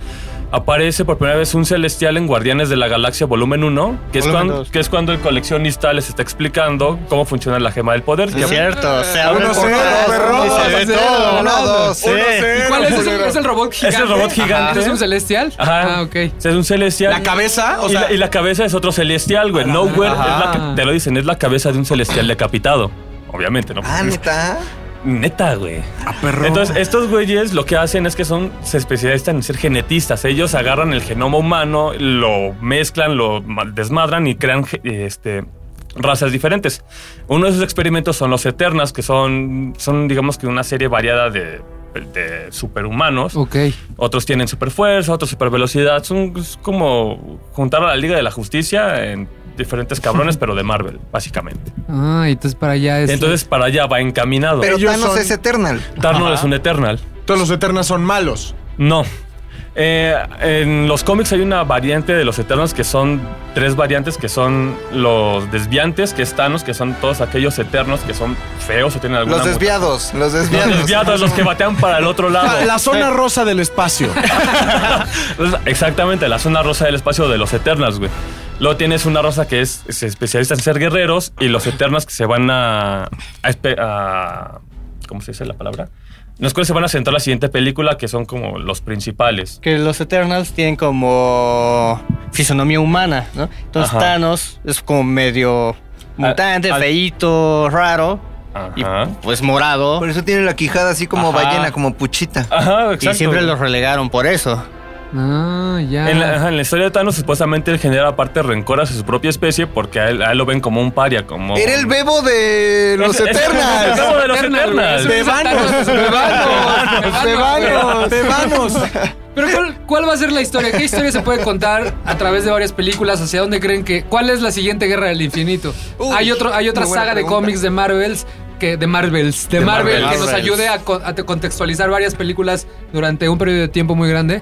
C: aparece por primera vez un celestial en Guardianes de la Galaxia volumen 1, que, es
E: Volumen
C: cuando,
E: dos.
C: que es cuando el coleccionista les está explicando cómo funciona la gema del poder.
E: Es
C: que-
E: cierto, se abre
A: Uno
E: por
A: cero,
E: todos
A: perro,
E: y se ve
A: uno
E: todo.
B: Uno, dos,
E: Sí.
A: Uno cero,
D: ¿Cuál es? ¿Es el,
A: culero.
D: es el robot
C: el
D: gigante? Ah,
C: robot gigante.
D: ¿Es un celestial?
C: Ajá.
D: Ah, ok.
C: O sea, es un celestial.
A: La cabeza, o
C: y,
A: sea,
C: la, y la cabeza es otro celestial, güey. Nowhere
E: Ajá.
C: es la que- te lo dicen, es la cabeza de un celestial decapitado. Obviamente, ¿no?
B: Ah, neta.
C: Neta, güey.
A: Ah, perro.
C: Entonces, estos güeyes lo que hacen es que son, se especializan en ser genetistas. Ellos agarran el genoma humano, lo mezclan, lo ma- desmadran y crean ge- este, razas diferentes. Uno de esos experimentos son los Eternas, que son, son digamos que una serie variada de, de superhumanos.
D: Ok.
C: Otros tienen super fuerza, otros super velocidad. Son, es como juntar a la Liga de la Justicia en diferentes cabrones, pero de Marvel, básicamente.
D: Ah, entonces para allá es.
C: Entonces para allá va encaminado.
B: Pero
A: Ellos
B: Thanos
A: son-
B: es Eternal.
C: Thanos es un Eternal.
A: Todos los Eternas son malos.
C: No. Eh, en los cómics hay una variante de los Eternos que son tres variantes que son los desviantes, que es Thanos, que son todos aquellos Eternos que son feos o tienen alguna...
B: Los
C: muta-
B: desviados. Los
C: Los
B: desviados.
C: desviados, los que batean para el otro lado.
D: Ah,
A: La zona
D: eh.
A: rosa del espacio.
C: Entonces, Exactamente, la zona rosa del espacio de los Eternals, güey. Luego tienes una rosa que es, se especializa en ser guerreros y los Eternals que se van a, a espe- a- ¿Cómo se dice la palabra? En los cuales se van a centrar la siguiente película, que son como los principales.
E: Que los Eternals tienen como fisonomía humana, ¿no? Entonces
C: Ajá.
E: Thanos es como medio mutante,
C: al-
E: feíto, raro. Y
C: Ajá.
E: pues morado.
B: Por eso tiene la quijada así como
E: Ajá.
B: ballena, como puchita.
C: Ajá,
E: Y
C: exacto.
E: siempre los relegaron por eso.
D: Ah, ya.
C: En la, ajá, en la historia de Thanos, supuestamente él genera aparte rencor hacia su propia especie porque a él, a él lo ven como un paria, como.
B: Era el bebo de los
C: Es- es-
B: Eternals.
C: es el bebo de los
D: Eternal,
C: Eternals.
D: güey. Eso no es
A: Bebanos,
D: Thanos,
A: bebanos, bebanos,
D: bebanos,
A: bebanos.
D: Pero ¿cuál, cuál va a ser la historia? ¿Qué historia se puede contar a través de varias películas? ¿Hacia dónde creen que? ¿Cuál es la siguiente guerra del infinito?
B: Uy,
D: hay otro, hay otra
B: muy buena
D: saga de
B: pregunta.
D: cómics de Marvels que de Marvels, de,
C: De
D: Marvel,
C: Marvel.
D: que nos
E: Marvels.
D: ayude a, co- a te- contextualizar varias películas durante un periodo de tiempo muy grande.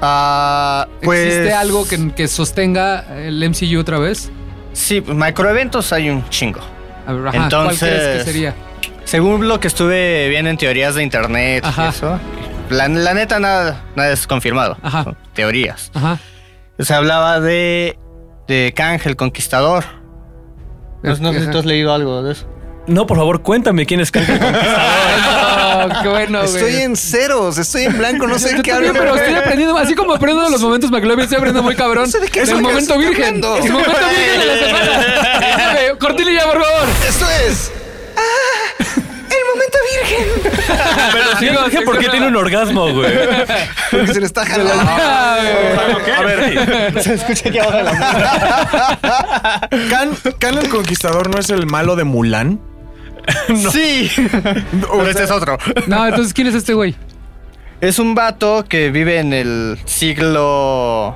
E: Ah, pues,
D: ¿Existe algo que, que sostenga el MCU otra vez?
E: Sí, pues, microeventos hay un chingo.
D: A ver, ajá, ¿cuál crees
E: Entonces-
D: que sería?
E: Según lo que estuve viendo en teorías de internet y
D: Ajá.
E: eso, la, la neta nada, nada es confirmado.
D: Ajá.
E: Son Teorías.
D: Ajá.
E: Se hablaba de, de Kang el Conquistador. No, no sé si tú has leído algo de eso.
C: No, por favor, cuéntame quién es Kang el Conquistador.
D: Ah, no, qué bueno, güey.
B: Estoy en ceros, estoy en blanco, no sé
D: Yo
B: de qué
D: también,
B: hablo.
D: pero estoy aprendiendo, así como aprendo de los momentos McLovin, estoy aprendiendo muy cabrón.
B: No sé de qué
D: del
B: estoy
D: momento virgen.
B: hablando.
D: El momento virgen de la semana. Dígame, Cortile ya, por favor.
B: Esto es.
C: Pero sí,
D: Digo,
C: dije, ¿por qué
D: sí,
C: tiene un orgasmo, güey?
B: Porque se le está jalando.
D: Ah,
C: A ver,
E: Se escucha aquí abajo de la mano.
A: ¿Can, Can el Conquistador no es el malo de Mulan?
E: Sí.
A: O
E: Pero este es otro.
D: No, entonces, ¿quién es este güey?
E: Es un vato que vive en el siglo.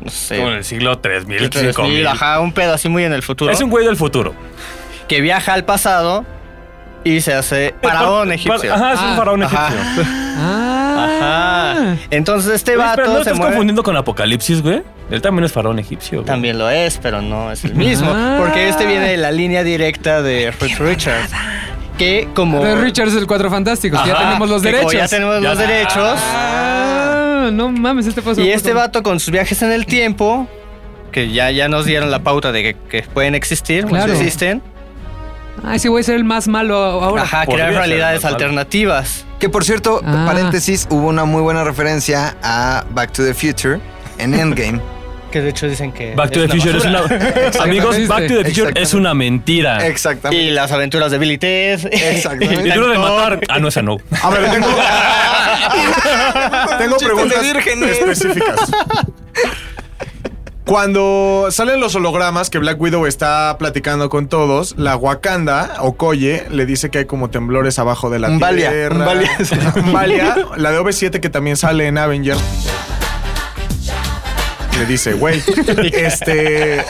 E: No sé.
C: Como en el siglo 3000,
E: 3000,
C: 5000.
E: Ajá, un pedo así muy en el futuro.
C: Es un güey del futuro.
E: que viaja al pasado y se hace faraón egipcio.
C: Ajá, es un
D: Ah.
C: faraón
E: Ajá.
C: egipcio.
D: Ah.
E: Ajá. Entonces este
C: Oye,
E: vato
C: espera, ¿no
E: se
C: estás
E: mueve.
C: confundiendo con Apocalipsis, güey? Él también es faraón egipcio. güey.
E: También lo es, pero no es el mismo.
D: Ah.
E: Porque este viene de la línea directa de Richard Richards. Que como.
D: Pero Richards es el Cuatro Fantásticos, que ya
E: Ajá,
D: tenemos los
E: que como
D: derechos.
E: Ya tenemos
C: Ya
E: los
C: da-
E: derechos.
D: Ah, no mames, este pasó.
E: Y este vato con sus viajes en el tiempo, que ya, ya nos dieron la pauta de que, que pueden existir, pues
D: Claro.
E: existen,
D: Ah, ese güey ser el más malo ahora.
E: Ajá, crear
C: Podría ser,
E: realidades
C: ¿no?
E: alternativas.
B: Que por cierto,
D: Ah.
B: paréntesis, hubo una muy buena referencia a Back to the Future en Endgame.
E: Que de hecho dicen que.
C: Back to
E: es
C: the
E: una
C: Future es
E: basura.
C: una. Amigos, Back to the Future
B: Exactamente.
C: es una mentira.
E: Y
B: Exactamente.
E: las aventuras de Billy Tess.
C: Y
B: Exactamente.
C: duro de matar. Ah, no, esa no.
A: A ver, tengo, tengo
B: Chistes de
A: preguntas
B: vírgenes.
A: específicas. Cuando salen los hologramas que Black Widow está platicando con todos, la Wakanda, Okoye, le dice que hay como temblores abajo de la
B: Un Valia,
A: tierra.
B: un Valia.
A: Un Valia, la de OV7 que también sale en Avengers. Le dice, güey, este,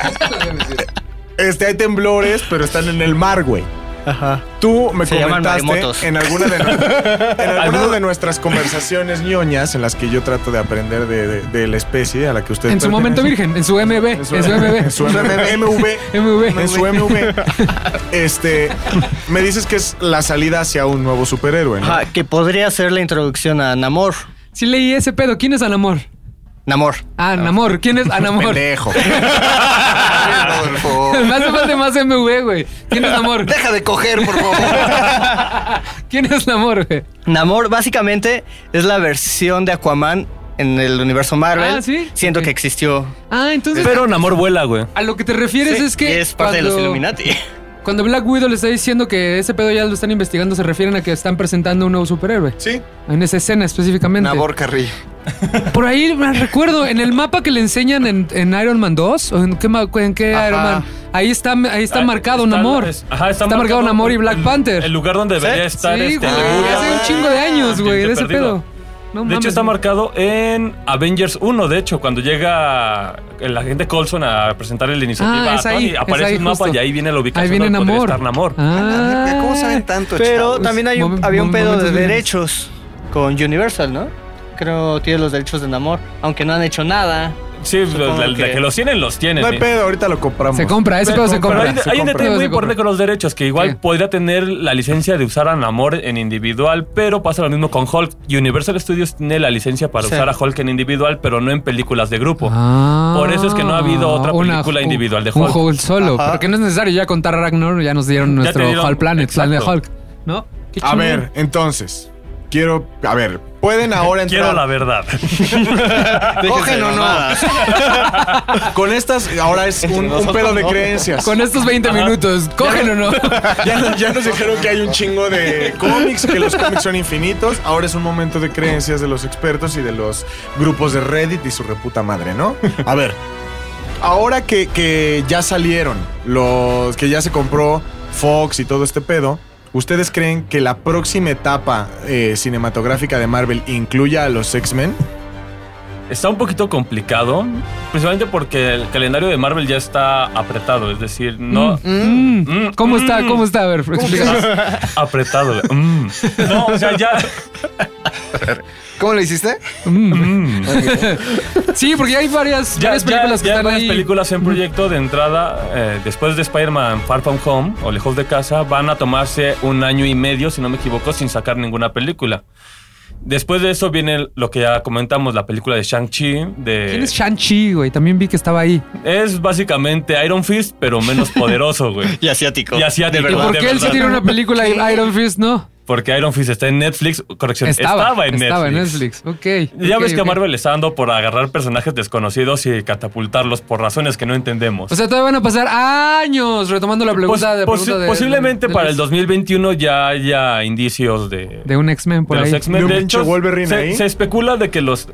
A: este, hay temblores, pero están en el mar, güey.
E: Ajá.
A: Tú me
E: Se llaman maremotos.
A: comentaste en alguna, de, nu- en alguna de nuestras conversaciones ñoñas en las que yo trato de aprender de, de- de la especie a la que usted
D: En su momento
A: pertenece.
D: virgen, en su MB, en su
A: En su
D: MB.
A: MV.
D: MV.
A: En su MV. Este, me dices que es la salida hacia un nuevo superhéroe, ¿no?
E: Ajá, que podría ser la introducción a Namor.
D: Sí leí ese pedo. ¿Quién es Anamor?
E: Namor.
D: Ah, Anamor. ¿Quién es Anamor?
A: Pendejo.
B: Por favor.
D: Me hace falta más MV, güey. ¿Quién es Namor?
B: Deja de coger, por favor.
D: ¿Quién es Namor, güey?
E: Namor básicamente es la versión de Aquaman en el universo Marvel.
D: Ah, ¿sí?
E: Siento
D: Ok.
E: que existió.
D: Ah, entonces
C: Pero Namor vuela, güey.
D: a lo que te refieres
E: Sí,
D: es que
E: y es parte de los
D: cuando-
E: Illuminati.
D: Cuando Black Widow le está diciendo que ese pedo ya lo están investigando, se refieren a que están presentando un nuevo superhéroe.
A: Sí.
D: En esa escena específicamente.
B: Nabor Carrillo.
D: Por ahí me recuerdo, en el mapa que le enseñan en, en Iron Man 2, o en qué, ma- en qué
E: Ajá.
D: Iron Man, ahí está, ahí está
C: Ah,
D: marcado Namor.
C: es- ajá,
D: Está marcado Namor y Black
C: el-
D: Panther.
C: El lugar donde debería estar
D: sí,
C: este.
D: güey,
C: Lemuria.
D: hace un chingo de años, güey, de ese
C: Perdido.
D: pedo. No
C: de
D: mames,
C: hecho, está
D: güey.
C: marcado en Avengers 1. De hecho, cuando llega el agente Colson a presentar la iniciativa,
D: Ah,
C: a
D: es ahí,
C: Tony,
D: es
C: aparece
D: ahí
C: un mapa
D: justo.
C: y ahí viene la ubicación.
D: Ahí viene
C: donde podría
D: Namor.
C: estar Namor.
D: Ah,
B: ¿Cómo saben tanto,
E: Pero
B: chavos?
E: también hay un-
D: Momen-
E: había un pedo de
D: momentos bien.
E: derechos con Universal, ¿no? Creo tiene los derechos de Namor, aunque no han hecho nada.
C: Sí,
E: Supongo
C: de, de
E: que-
C: que los tienen, los tienen.
A: No hay
C: ¿eh?
A: pedo, ahorita lo compramos.
D: Se compra, ese
C: Pero-
D: pedo se
C: pero
D: compra.
C: hay,
D: se
C: hay un
D: compra.
C: detalle
D: Se compra.
C: muy importante con los derechos, que igual
D: Sí.
C: podría tener la licencia de usar a Namor en individual, pero pasa lo mismo con Hulk. Universal Studios tiene la licencia para
E: Sí.
C: usar a Hulk en individual, pero no en películas de grupo.
D: Ah,
C: Por eso es que no ha habido otra
D: una-
C: película individual de
D: un
C: Hulk.
D: solo,
E: Ajá.
D: porque no es necesario ya contar Ragnarok, ya nos dieron nuestro
C: dieron-
D: Hulk Planet, plan de
C: exacto.
D: Hulk. ¿No? Qué
A: A
D: chingón.
A: ver, entonces, quiero. A ver, pueden ahora entrar.
C: Quiero la verdad.
B: ¿Cogen o no?
A: Con estas, ahora es un, un pedo de creencias.
D: Con estos 20 minutos, ¿cogen o no?
A: Ya, ya nos dijeron que hay un chingo de cómics, que los cómics son infinitos. Ahora es un momento de creencias de los expertos y de los grupos de Reddit y su reputa madre, ¿no? A ver, ahora que, que ya salieron, los que ya se compró Fox y todo este pedo, ¿ustedes creen que la próxima etapa eh, cinematográfica de Marvel incluya a los X-Men?
C: Está un poquito complicado, principalmente porque el calendario de Marvel ya está apretado, es decir, no...
D: Mm, mm.
C: Mm,
D: ¿Cómo está?
C: mm.
D: ¿Cómo está? A ver, explícanos.
C: Apretado. mm. No, o sea, ya...
B: ¿Cómo lo hiciste?
D: Mm.
C: mm.
D: Sí, porque hay varias,
C: Ya,
D: varias películas
C: ya-
D: que
C: ya hay
D: están
C: varias
D: ahí. Mm.
C: películas en proyecto de entrada, eh, después de Spider-Man Far From Home o Lejos de Casa, van a tomarse un año y medio, si no me equivoco, sin sacar ninguna película. Después de eso viene lo que ya comentamos, la película de Shang-Chi. de-
D: ¿Quién es Shang-Chi, güey? También vi que estaba ahí.
C: Es básicamente Iron Fist, pero menos poderoso, güey.
E: Y asiático.
C: Y asiático.
E: De
D: ¿Y
E: verdad.
D: por qué él sí
C: verdad.
D: tiene una película y Iron Fist no?
C: Porque Iron Fist está en Netflix, corrección,
D: Estaba,
C: estaba, en Netflix.
D: Estaba en Netflix, ok.
C: Ya
D: ok,
C: ves que
D: ok.
C: Marvel está dando por agarrar personajes desconocidos y catapultarlos por razones que no entendemos.
D: O sea, todavía van a pasar años retomando la
C: Pos-
D: pregunta, de,
C: posi-
D: pregunta de-
C: posiblemente
D: de- de
C: para
D: los-
C: el 2021 ya haya indicios de,
D: De un X-Men por
C: de
D: ahí.
C: los X-Men.
A: ¿De un
C: De
A: pinche
C: hecho,
A: Wolverine
C: se,
A: ahí?
C: se especula de que los...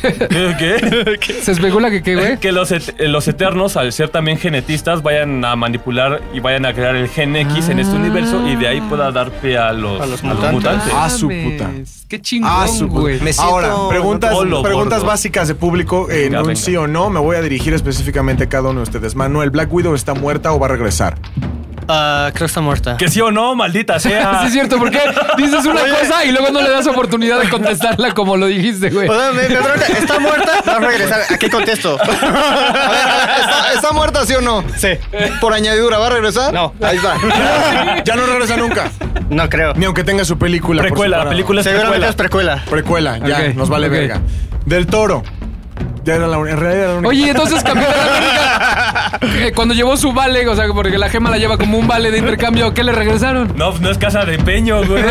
C: ¿Qué?
D: Se especula que qué, güey.
C: que los, et- eh, los Eternos, al ser también genetistas, vayan a manipular y vayan a crear el Gen X en este
D: Ah.
C: universo y de ahí pueda dar pie a los,
E: A los
C: a los
E: mutantes.
C: mutantes.
A: Ah, su
D: Mames,
A: puta.
D: Qué
A: Ah, su-
D: chingón, güey.
B: Me siento-
A: Ahora, preguntas,
C: Oh, lo
A: preguntas
C: gordo.
A: básicas de público eh, en
C: Venga,
A: un
C: venga.
A: sí o no. Me voy a dirigir específicamente a cada uno de ustedes. Manuel, ¿Black Widow está muerta o va a regresar?
E: Ah, creo que está muerta.
C: Que sí o no, maldita
D: Sí,
C: sea.
D: es cierto, porque dices una cosa y luego no le das oportunidad de contestarla como lo dijiste, güey.
E: O sea, me- me pregunta, ¿Está muerta? Va a regresar. ¿A qué contesto?
B: A ver, a ver, ¿está, está muerta, sí o no?
E: Sí.
B: Por añadidura, ¿va a regresar?
E: No.
B: Ahí está.
A: Ya no regresa nunca.
E: No creo.
A: Ni aunque tenga su película. por
C: Precuela,
A: separado.
C: película es
E: Seguramente
C: precuela.
E: es precuela.
A: Precuela, ya,
D: Ok,
A: nos vale
D: ok.
A: verga. Del Toro. Ya era la única. En realidad era la única.
D: Oye, entonces Capitán América, eh, cuando llevó su vale, o sea, porque la gema la lleva como un vale de intercambio, ¿qué le regresaron?
C: No, no es casa de empeño, güey.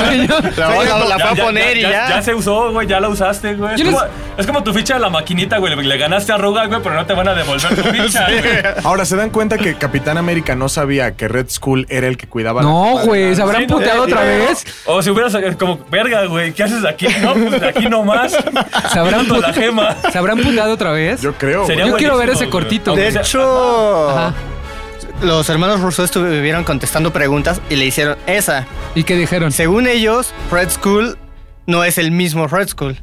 E: La, voy a- la voy a poner y ya.
C: Ya se usó, güey, ya la usaste, güey. Es,
D: Yo les-
C: como- es como tu ficha de la maquinita, güey. Le ganaste a Ruga, güey, pero no te van a devolver tu ficha, güey.
A: Ahora, ¿se dan cuenta que Capitán América no sabía que Red Skull era el que cuidaba la-
D: No, güey, ¿se habrán
C: Sí, no, eh,
D: puteado
C: sí,
D: otra
C: no.
D: vez?
C: O si hubieras eh, como, verga, güey, ¿qué haces aquí? No, pues de aquí nomás.
D: ¿Se habrán,
C: Viendo la
D: put-
C: gema.
D: ¿Se habrán puteado otra vez?
A: Yo creo.
C: Sería
A: güey.
D: Yo quiero ver
C: buenísimo,
D: ese
C: güey.
D: cortito.
C: Aunque
E: De
C: sea-
E: hecho,
D: Ajá.
E: los hermanos Russo estuvieron contestando preguntas y le hicieron esa.
D: ¿Y qué dijeron?
E: Según ellos, Red School no es el mismo Red School.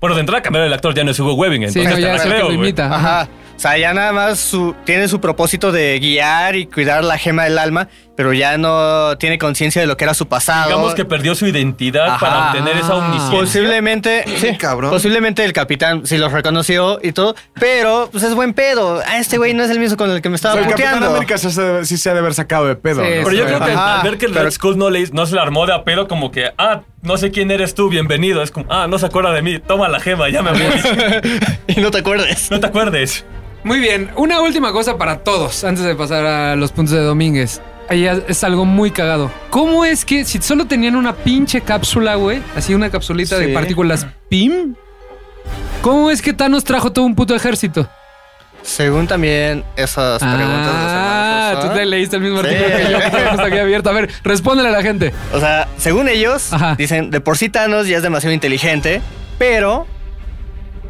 C: Bueno, de entrada cambiar el actor ya no es Hugo Webbing,
D: Sí,
C: entonces
D: no,
C: te
D: ya
C: la
D: es el que
C: creo,
D: lo
C: güey.
D: imita.
E: Ajá. O sea, ya nada más su- tiene su propósito de guiar y cuidar la gema del alma, pero ya no tiene conciencia de lo que era su pasado.
C: Digamos que perdió su identidad
E: Ajá.
C: para obtener esa omnisciencia.
E: Posiblemente, sí,
B: cabrón.
E: posiblemente el capitán sí los reconoció y todo, pero pues es buen pedo. Ah, este güey no es el mismo con el que me
A: O
E: estaba
A: sea, el Capitán
E: puteando.
A: América sí se, ha de- sí se ha de haber sacado de pedo.
D: Sí,
A: ¿no?
C: Pero yo creo que
E: Ajá,
C: al ver que el
E: pero-
C: Red Skull no, le, no se la armó de a pedo, como que, ah, no sé quién eres tú, bienvenido. Es como, ah, no se acuerda de mí, toma la gema, ya me voy.
E: y no te acuerdes.
C: no te acuerdes.
D: Muy bien, una última cosa para todos, antes de pasar a los puntos de Domínguez. Ahí es- es algo muy cagado. ¿Cómo es que si solo tenían una pinche cápsula, güey? Así una capsulita de
E: Sí.
D: partículas PIM. ¿Cómo es que Thanos trajo todo un puto ejército?
E: Según también esas preguntas de
D: ah,
E: semana
D: tú te
E: pasada.
D: leíste el mismo
E: Sí.
D: artículo que yo, que está aquí abierto. A ver, respóndele a la gente.
E: O sea, según ellos,
D: Ajá.
E: dicen, de por sí Thanos ya es demasiado inteligente, pero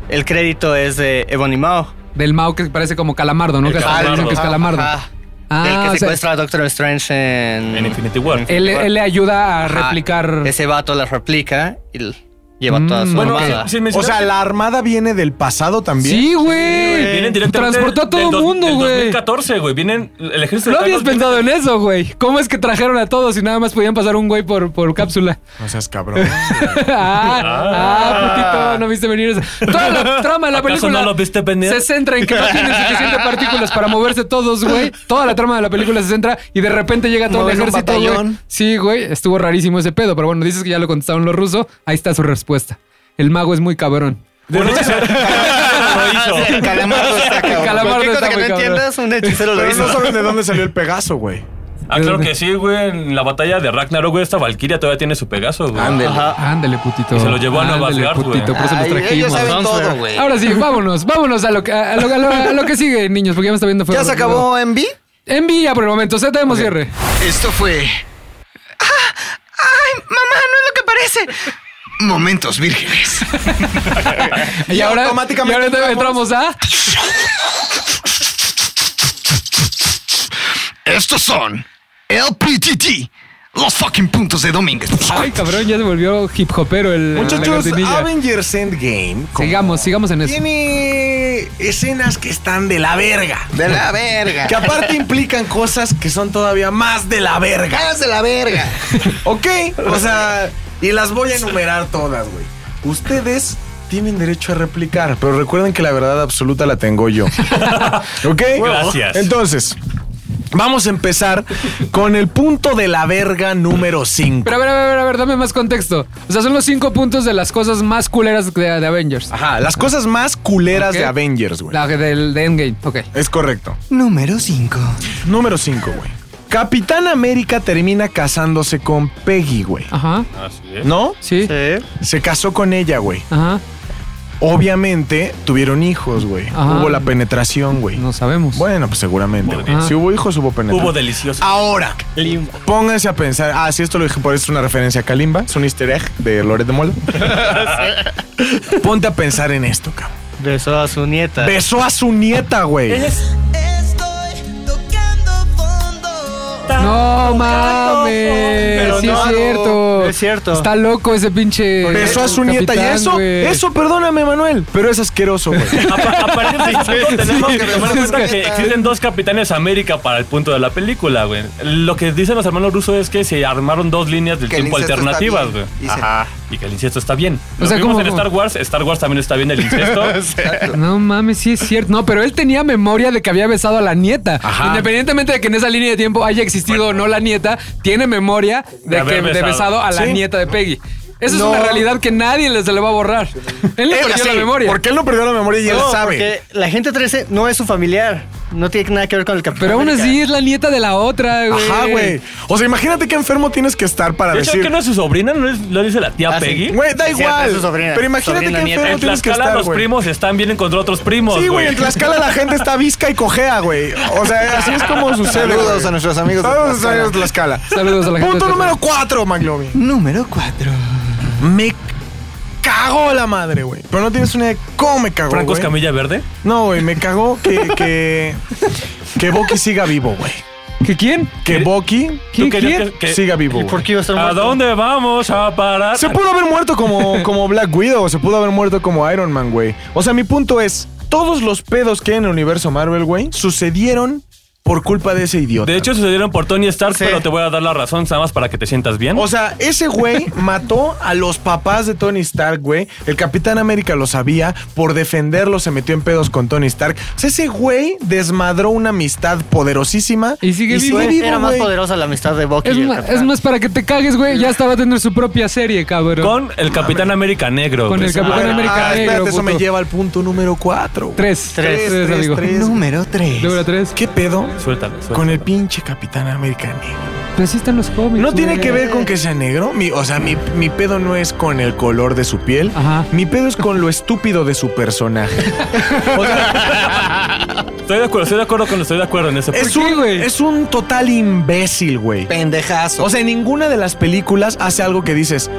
E: el crédito es de Ebony Mao.
D: Del Mao que parece como calamardo, ¿no?
C: El
D: Que hasta dicen que es calamardo.
E: Ajá.
D: Ah,
E: el
D: o
E: que
D: sea,
E: secuestra a Doctor Strange en...
C: En Infinity War.
D: él, él le ayuda a
E: Ajá.
D: replicar.
E: Ese vato la replica y l- lleva
D: Mm.
E: toda su
D: Bueno,
E: armada.
C: sin- sin
A: O
C: mencionar
A: sea,
C: que-
A: la armada viene del pasado también.
D: Sí, güey.
C: Vienen directamente
D: Transportó a todo
C: del
D: el
C: dos-
D: mundo,
C: del
D: güey.
C: 2014, güey. Vienen el ejército de
D: No habías
C: Thanos viene-
D: pensado en eso, güey. ¿Cómo es que trajeron a todos y nada más podían pasar un güey por, por cápsula?
A: No seas cabrón.
D: ah, ah, putito, no viste venir eso. Toda la trama de la
C: ¿Acaso
D: película
C: no lo viste venir?
D: se centra en que no tienen suficiente partículas para moverse todos, güey. Toda la trama de la película se centra y de repente llega todo
B: Mover
D: el
B: un
D: ejército, güey.
B: batallón.
D: Sí, güey, estuvo rarísimo ese pedo, pero bueno, dices que ya lo contestaron los rusos, ahí está su respuesta. El mago es muy cabrón.
C: Un hechicero- lo
E: Ah,
C: hizo.
B: Calamardo está cabrón.
D: Calamardo
E: Cualquier
D: está
E: cosa que no
D: muy cabrón.
E: entiendas, un hechicero lo
A: Pero no
E: hizo.
A: saben de dónde salió el Pegaso, güey.
C: Ah, claro que sí, güey. En la batalla de Ragnarok, güey, esta Valkyria todavía tiene su Pegaso, güey.
E: Ajá.
D: Ándale, putito.
C: Y se lo llevó a Nueva
D: Ándale,
C: York, güey.
D: putito, por eso los
B: Ay, ellos
D: trajimos.
B: saben
E: Vamos a
B: todo,
E: ver.
B: güey.
D: Ahora sí, vámonos, vámonos a lo, que- a lo- a lo- a lo que sigue, niños, porque ya me está viendo fuera.
B: ¿Ya se acabó Envy?
D: Envía por el momento, Z tenemos cierre.
B: Esto fue. Ah, ¡Ay, mamá! ¡No es lo que parece! Momentos vírgenes.
D: Y, ahora,
A: automáticamente
D: y ahora entramos a.
B: Estos son LPTT, los fucking puntos de Domínguez.
D: Ay, cabrón, ya se volvió hip hopero el. la
A: Muchachos,
D: cortinilla.
A: Avengers Endgame como-
D: Sigamos, sigamos en eso.
A: tiene Eh, escenas que están de la verga.
B: De la verga.
A: Que aparte implican cosas que son todavía más de la verga.
B: Más de la verga.
A: ¿Ok? O sea, y las voy a enumerar todas, güey. Ustedes tienen derecho a replicar, pero recuerden que la verdad absoluta la tengo yo. ¿Ok?
C: Gracias.
A: Entonces, vamos a empezar con el punto de la verga número 5.
D: Pero a ver, a ver, a ver, a ver, dame más contexto. O sea, son los cinco puntos de las cosas más culeras de, de Avengers.
A: Ajá, las cosas más culeras
D: Ok.
A: de Avengers, güey.
D: La del de Endgame, ok.
A: Es correcto.
B: Número 5.
A: Número 5, güey. Capitán América termina casándose con Peggy, güey.
D: Ajá,
C: Así es.
A: ¿No?
D: sí,
E: Sí.
A: Se casó con ella, güey.
D: ajá,
A: Obviamente tuvieron hijos, güey.
D: Ajá.
A: Hubo la penetración, güey.
D: Ah. no sabemos.
A: Bueno, pues seguramente. güey.
D: Podría.
A: Si hubo hijos, hubo penetración.
C: Hubo delicioso.
A: Ahora,
E: Limbo.
A: pónganse a pensar. Ah, sí, esto lo dije, por eso es una referencia a Kalimba. Es un easter egg de Loret de Mola. Ponte a pensar en esto, cabrón.
E: Besó a su nieta.
A: Besó a su nieta, güey.
G: Estoy tocando fondo.
D: No mames,
E: Pero
D: sí
E: no,
D: es
E: no,
D: cierto.
E: no es cierto.
D: Está loco ese pinche.
A: Besó a su nieta. Y
D: capitán,
A: eso,
D: güey.
A: eso, perdóname, Manuel, pero es asqueroso, güey.
C: A, pa- a partir de ese punto tenemos que tomar en
D: sí,
C: cuenta
D: es que-
C: que existen dos Capitanes América para el punto de la película, güey. Lo que dicen los hermanos rusos es que se armaron dos líneas del
B: Que el
C: tiempo
B: incesto
C: alternativas,
B: está
C: güey.
B: bien, dicen.
C: Ajá. Y que el incesto está bien.
D: O
C: Lo
D: sea,
C: vimos
D: ¿cómo-
C: en
D: cómo?
C: Star Wars. Star Wars también está bien el incesto.
D: No mames, sí es cierto. No, pero él tenía memoria de que había besado a la nieta. Independientemente de que en esa línea de tiempo haya existido o no la nieta, tiene memoria de,
C: De
D: que
C: haber
D: de
C: besado.
D: besado a la
A: Sí.
D: nieta de Peggy. Esa es
A: No.
D: una realidad que nadie les se le va a borrar. Él le
A: Él-
D: perdió
A: Eh, sí,
D: la memoria.
A: Porque él no perdió la memoria y él
E: No,
A: sabe.
E: porque la gente 13 no es su familiar. No tiene nada que ver con el Capitán
D: Pero aún
E: América.
D: así es la nieta de la otra, güey.
A: Ajá, güey. O sea, imagínate qué enfermo tienes que estar para
C: De hecho,
A: decir.
C: que no es su sobrina, no es- lo dice la tía
E: Ah, sí.
C: Peggy.
A: Güey, da
E: Sí, cierto,
A: igual.
E: es su sobrina.
A: pero imagínate
E: Sobrina,
A: qué
E: nieta.
A: enfermo
C: En
A: tienes que
C: Tlaxcala
A: estar,
C: los
A: güey.
C: primos están bien contra otros primos.
A: Sí, güey, en Tlaxcala la gente está visca y cojea, güey. O sea, así es como sucede.
B: Saludos
A: güey.
B: a nuestros amigos de
A: Saludos a
B: Tlaxcala.
A: amigos de Tlaxcala.
D: Saludos a la gente.
A: Punto
D: de
A: número 4, McLovin.
B: Número 4.
A: Me cagó la madre, güey. Pero no tienes una idea de cómo me cagó.
C: Francos
A: güey.
C: Camilla Verde.
A: No, güey, me cagó que. Que, que Bucky siga vivo, güey.
D: ¿Que quién?
A: Que
C: ¿Qué?
A: Bucky
C: ¿Tú querías
D: quién?
C: que- que-
A: siga vivo.
E: ¿Y por
A: güey.
E: qué iba a estar
C: ¿A
E: muerto?
C: dónde vamos a parar?
A: Se pudo haber muerto como, como Black Widow, se pudo haber muerto como Iron Man, güey. O sea, mi punto es, todos los pedos que hay en el universo Marvel, güey, sucedieron por culpa de ese idiota.
C: De hecho, sucedieron por Tony Stark,
E: Sí.
C: pero te voy a dar la razón, nada más para que te sientas bien.
A: O sea, ese güey mató a los papás de Tony Stark, güey. El Capitán América lo sabía. Por defenderlo se metió en pedos con Tony Stark. O sea, ese güey desmadró una amistad poderosísima.
D: Y sigue vivo.
E: Güey, era más
A: güey.
E: poderosa la amistad de Bucky
D: Es,
E: y el
D: ma-
E: Capitán.
D: es más, para que te cagues, güey. Ya hasta va a tener su propia serie, cabrón.
C: con el Capitán América Negro.
D: Con
C: güey.
D: el Capitán
A: Ah,
D: América
A: espérate,
D: Negro.
A: eso me
D: puto.
A: lleva al punto número 4.
D: Tres.
E: Tres,
D: Tres, amigo.
B: Número 3.
D: Número tres.
A: ¿Qué pedo?
C: Suéltalo,
D: Pues
C: suéltalo.
A: Con el pinche Capitán América negro.
D: Pero sí están los cómics.
A: No tiene
D: güey.
A: que ver con que sea negro. Mi- o sea, mi, mi pedo no es con el color de su piel.
D: Ajá.
A: Mi pedo es con lo estúpido de su personaje.
C: O sea, estoy de acuerdo, estoy de acuerdo con estoy de acuerdo en ese punto.
A: es,
D: qué,
A: un,
D: güey?
A: es un total imbécil, güey.
B: Pendejazo.
A: O sea, en ninguna de las películas hace algo que dices.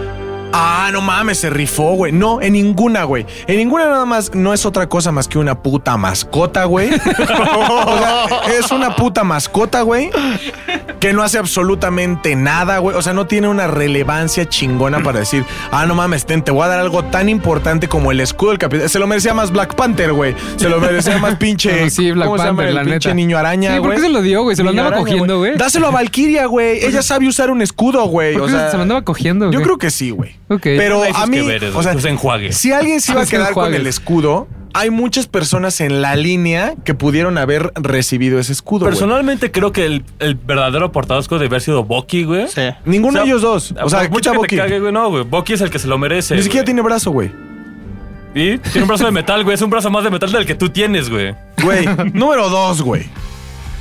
A: Ah, no mames, se rifó, güey. No, en ninguna, güey. En ninguna nada más no es otra cosa más que una puta mascota, güey. o sea, es una puta mascota, güey. Que no hace absolutamente nada, güey. O sea, no tiene una relevancia chingona para decir, ah, no mames, ten, te voy a dar algo tan importante como el escudo del capitán. Se lo merecía más Black Panther, güey. Se lo merecía más pinche.
D: Ah, sí, Black
A: ¿cómo se llama
D: Panther,
A: el
D: la
A: pinche
D: neta.
A: niño araña,
D: Sí,
A: güey.
D: ¿por qué se lo dio, güey? Se lo
A: Niño
D: andaba
A: araña,
D: cogiendo, güey.
A: Dáselo a Valkyria, güey. Ella sabe usar un escudo, güey.
D: ¿Por
A: O
D: qué
A: sea,
D: se lo andaba cogiendo,
A: Yo
D: güey?
A: creo que sí, güey.
D: Ok.
A: Pero
C: No hay sus
A: a mí,
C: que veres,
A: o sea,
C: sus enjuagues.
A: si alguien se iba a
D: Sus
A: quedar con
D: enjuagues.
A: el escudo, hay muchas personas en la línea que pudieron haber recibido ese escudo. güey.
C: Personalmente creo que el, el verdadero portador debe haber sido Bucky, güey.
E: Sí.
A: Ninguno
C: O sea,
A: de ellos dos. O sea,
C: por
A: quita
C: mucho
A: a
C: que te
A: Bucky.
C: cague, güey, no, güey. Bucky es el que se lo merece.
A: Ni siquiera
C: güey.
A: tiene brazo, güey.
C: Y tiene un brazo de metal, güey. Es un brazo más de metal del que tú tienes, güey.
A: Güey, número dos, güey.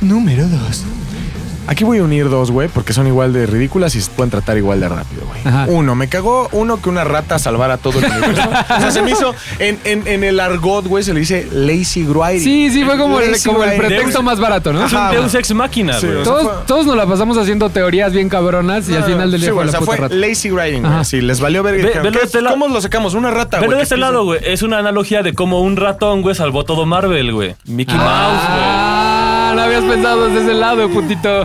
B: Número 2.
A: Aquí voy a unir dos, güey, porque son igual de ridículas y se pueden tratar igual de rápido,
D: Ajá.
A: güey. Uno, me cagó uno que una rata salvara todo el universo. o sea, se me hizo. En, en- en el argot, güey, se le dice lazy grinding.
D: Sí, sí, fue como el,
A: Lazy
D: como el
A: grinding.
D: pretexto más barato, ¿no?
C: Es un
A: Ajá,
C: Deus
A: güey.
C: Ex Máquina,
A: Sí,
C: güey.
A: o sea, fue-
D: Todos, todos nos la pasamos haciendo teorías bien cabronas y al final del día
A: Sí, güey,
D: fue
A: o
D: la
A: sea,
D: puta
A: fue
D: rata.
A: lazy grinding, güey.
D: Ajá.
A: Sí, les valió ver.
C: Ve-
A: dijeron,
C: velo de
A: ¿qué-
C: este lado.
A: ¿Cómo lo sacamos? Una rata, güey.
C: Pero de
A: ¿qué
C: este
A: piensan?
C: lado, güey, es una analogía de cómo un ratón, güey, salvó todo Marvel, güey. Mickey
D: Ah, no habías pensado desde ese lado, puntito.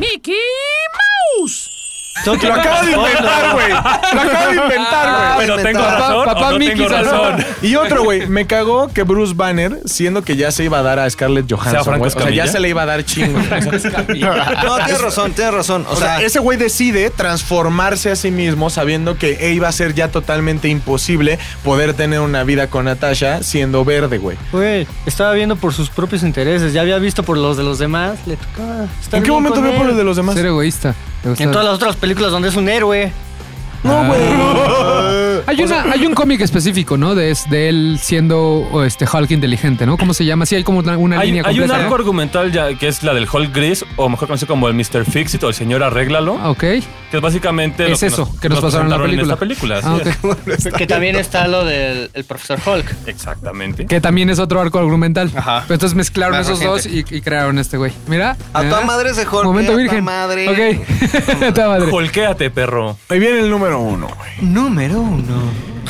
A: Lo acabo de inventar, güey. Lo acabo de inventar,
C: Mouse,
A: güey.
C: güey. Pero tengo
D: Papá-
C: razón,
D: papá
C: o no
D: Mickey
C: tengo
D: salvó.
C: razón.
A: Y otro, güey, me cagó que Bruce Banner, siendo que ya se iba a dar a Scarlett Johansson,
C: Franco
A: güey, o sea, ya
C: Escamilla.
A: se le iba a dar chingo. O sea,
B: No, tienes razón, tienes razón. O,
A: O
B: sea,
A: sea, ese güey decide transformarse a sí mismo sabiendo que eh, iba a ser ya totalmente imposible poder tener una vida con Natasha siendo verde, güey.
E: Güey, estaba viendo por sus propios intereses. Ya había visto por los de los demás. Le tocaba. estar
A: ¿En qué
E: bien
A: momento
E: con
A: vio
E: él.
A: por el de los demás?
D: Ser egoísta. Te gusta-
E: En todas las otras películas donde es un héroe.
A: No, güey.
D: Hay, una, hay un cómic específico, ¿no? De, es- de él siendo o, este Hulk inteligente, ¿no? ¿Cómo se llama? Sí, hay como una, una
C: Hay,
D: línea
C: hay un
D: completa.
C: arco argumental ya que es la del Hulk Gris, o mejor conocido como el Mr. Fixit o el Señor Arréglalo,
D: ¿no? Ah, Ok.
C: que es básicamente
D: Es eso, que nos pasaron en la
C: presentaron
D: película.
C: esta película,
D: Ah,
C: así es.
D: ok.
E: Que también está lo del el profesor Hulk.
C: Exactamente.
D: Que también es otro arco argumental.
E: Ajá.
D: Pero entonces mezclaron
E: Más
D: esos dos y,
E: reciente.
D: y crearon este güey. Mira.
B: a
D: mira.
B: toda madre se jorge.
D: Momento
B: a toda
D: virgen.
B: madre.
D: Ok. a toda madre.
C: Holquéate, perro.
A: Ahí viene el número uno, güey.
B: Número 1.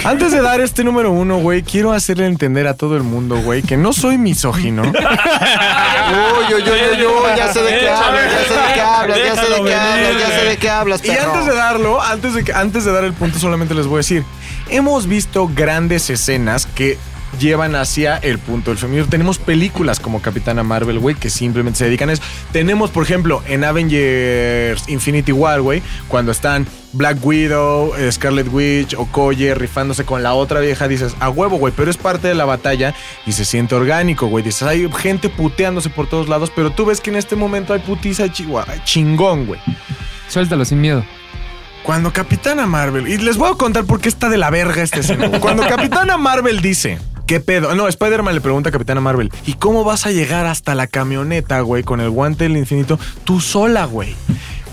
A: Antes de dar este número uno, güey, quiero hacerle entender a todo el mundo, güey, que no soy misógino.
B: Uy, uy, uy, uy, uy, ya sé de qué
C: Échale,
B: hablas, ya sé de qué hablas, ya sé de
C: déjalo
B: qué hablas,
C: venir,
B: ya sé de
C: güey.
B: qué hablas,
A: Y
B: perro.
A: antes de darlo, antes de, que- antes de dar el punto, solamente les voy a decir: hemos visto grandes escenas que llevan hacia el punto del feminismo. Tenemos películas como Capitana Marvel, güey, que simplemente se dedican a eso. Tenemos, por ejemplo, en Avengers Infinity War, güey, cuando están Black Widow, eh, Scarlet Witch, Okoye rifándose con la otra vieja, dices, a huevo, güey, pero es parte de la batalla y se siente orgánico, güey. Dices, hay gente puteándose por todos lados, pero tú ves que en este momento hay putiza chi- chingón, güey.
D: Suéltalo sin miedo.
A: Cuando Capitana Marvel, y les voy a contar por qué está de la verga este escena. Cuando Capitana Marvel dice, ¿qué pedo? No, Spider-Man le pregunta a Capitana Marvel, ¿y cómo vas a llegar hasta la camioneta, güey, con el guante del infinito? Tú sola, güey.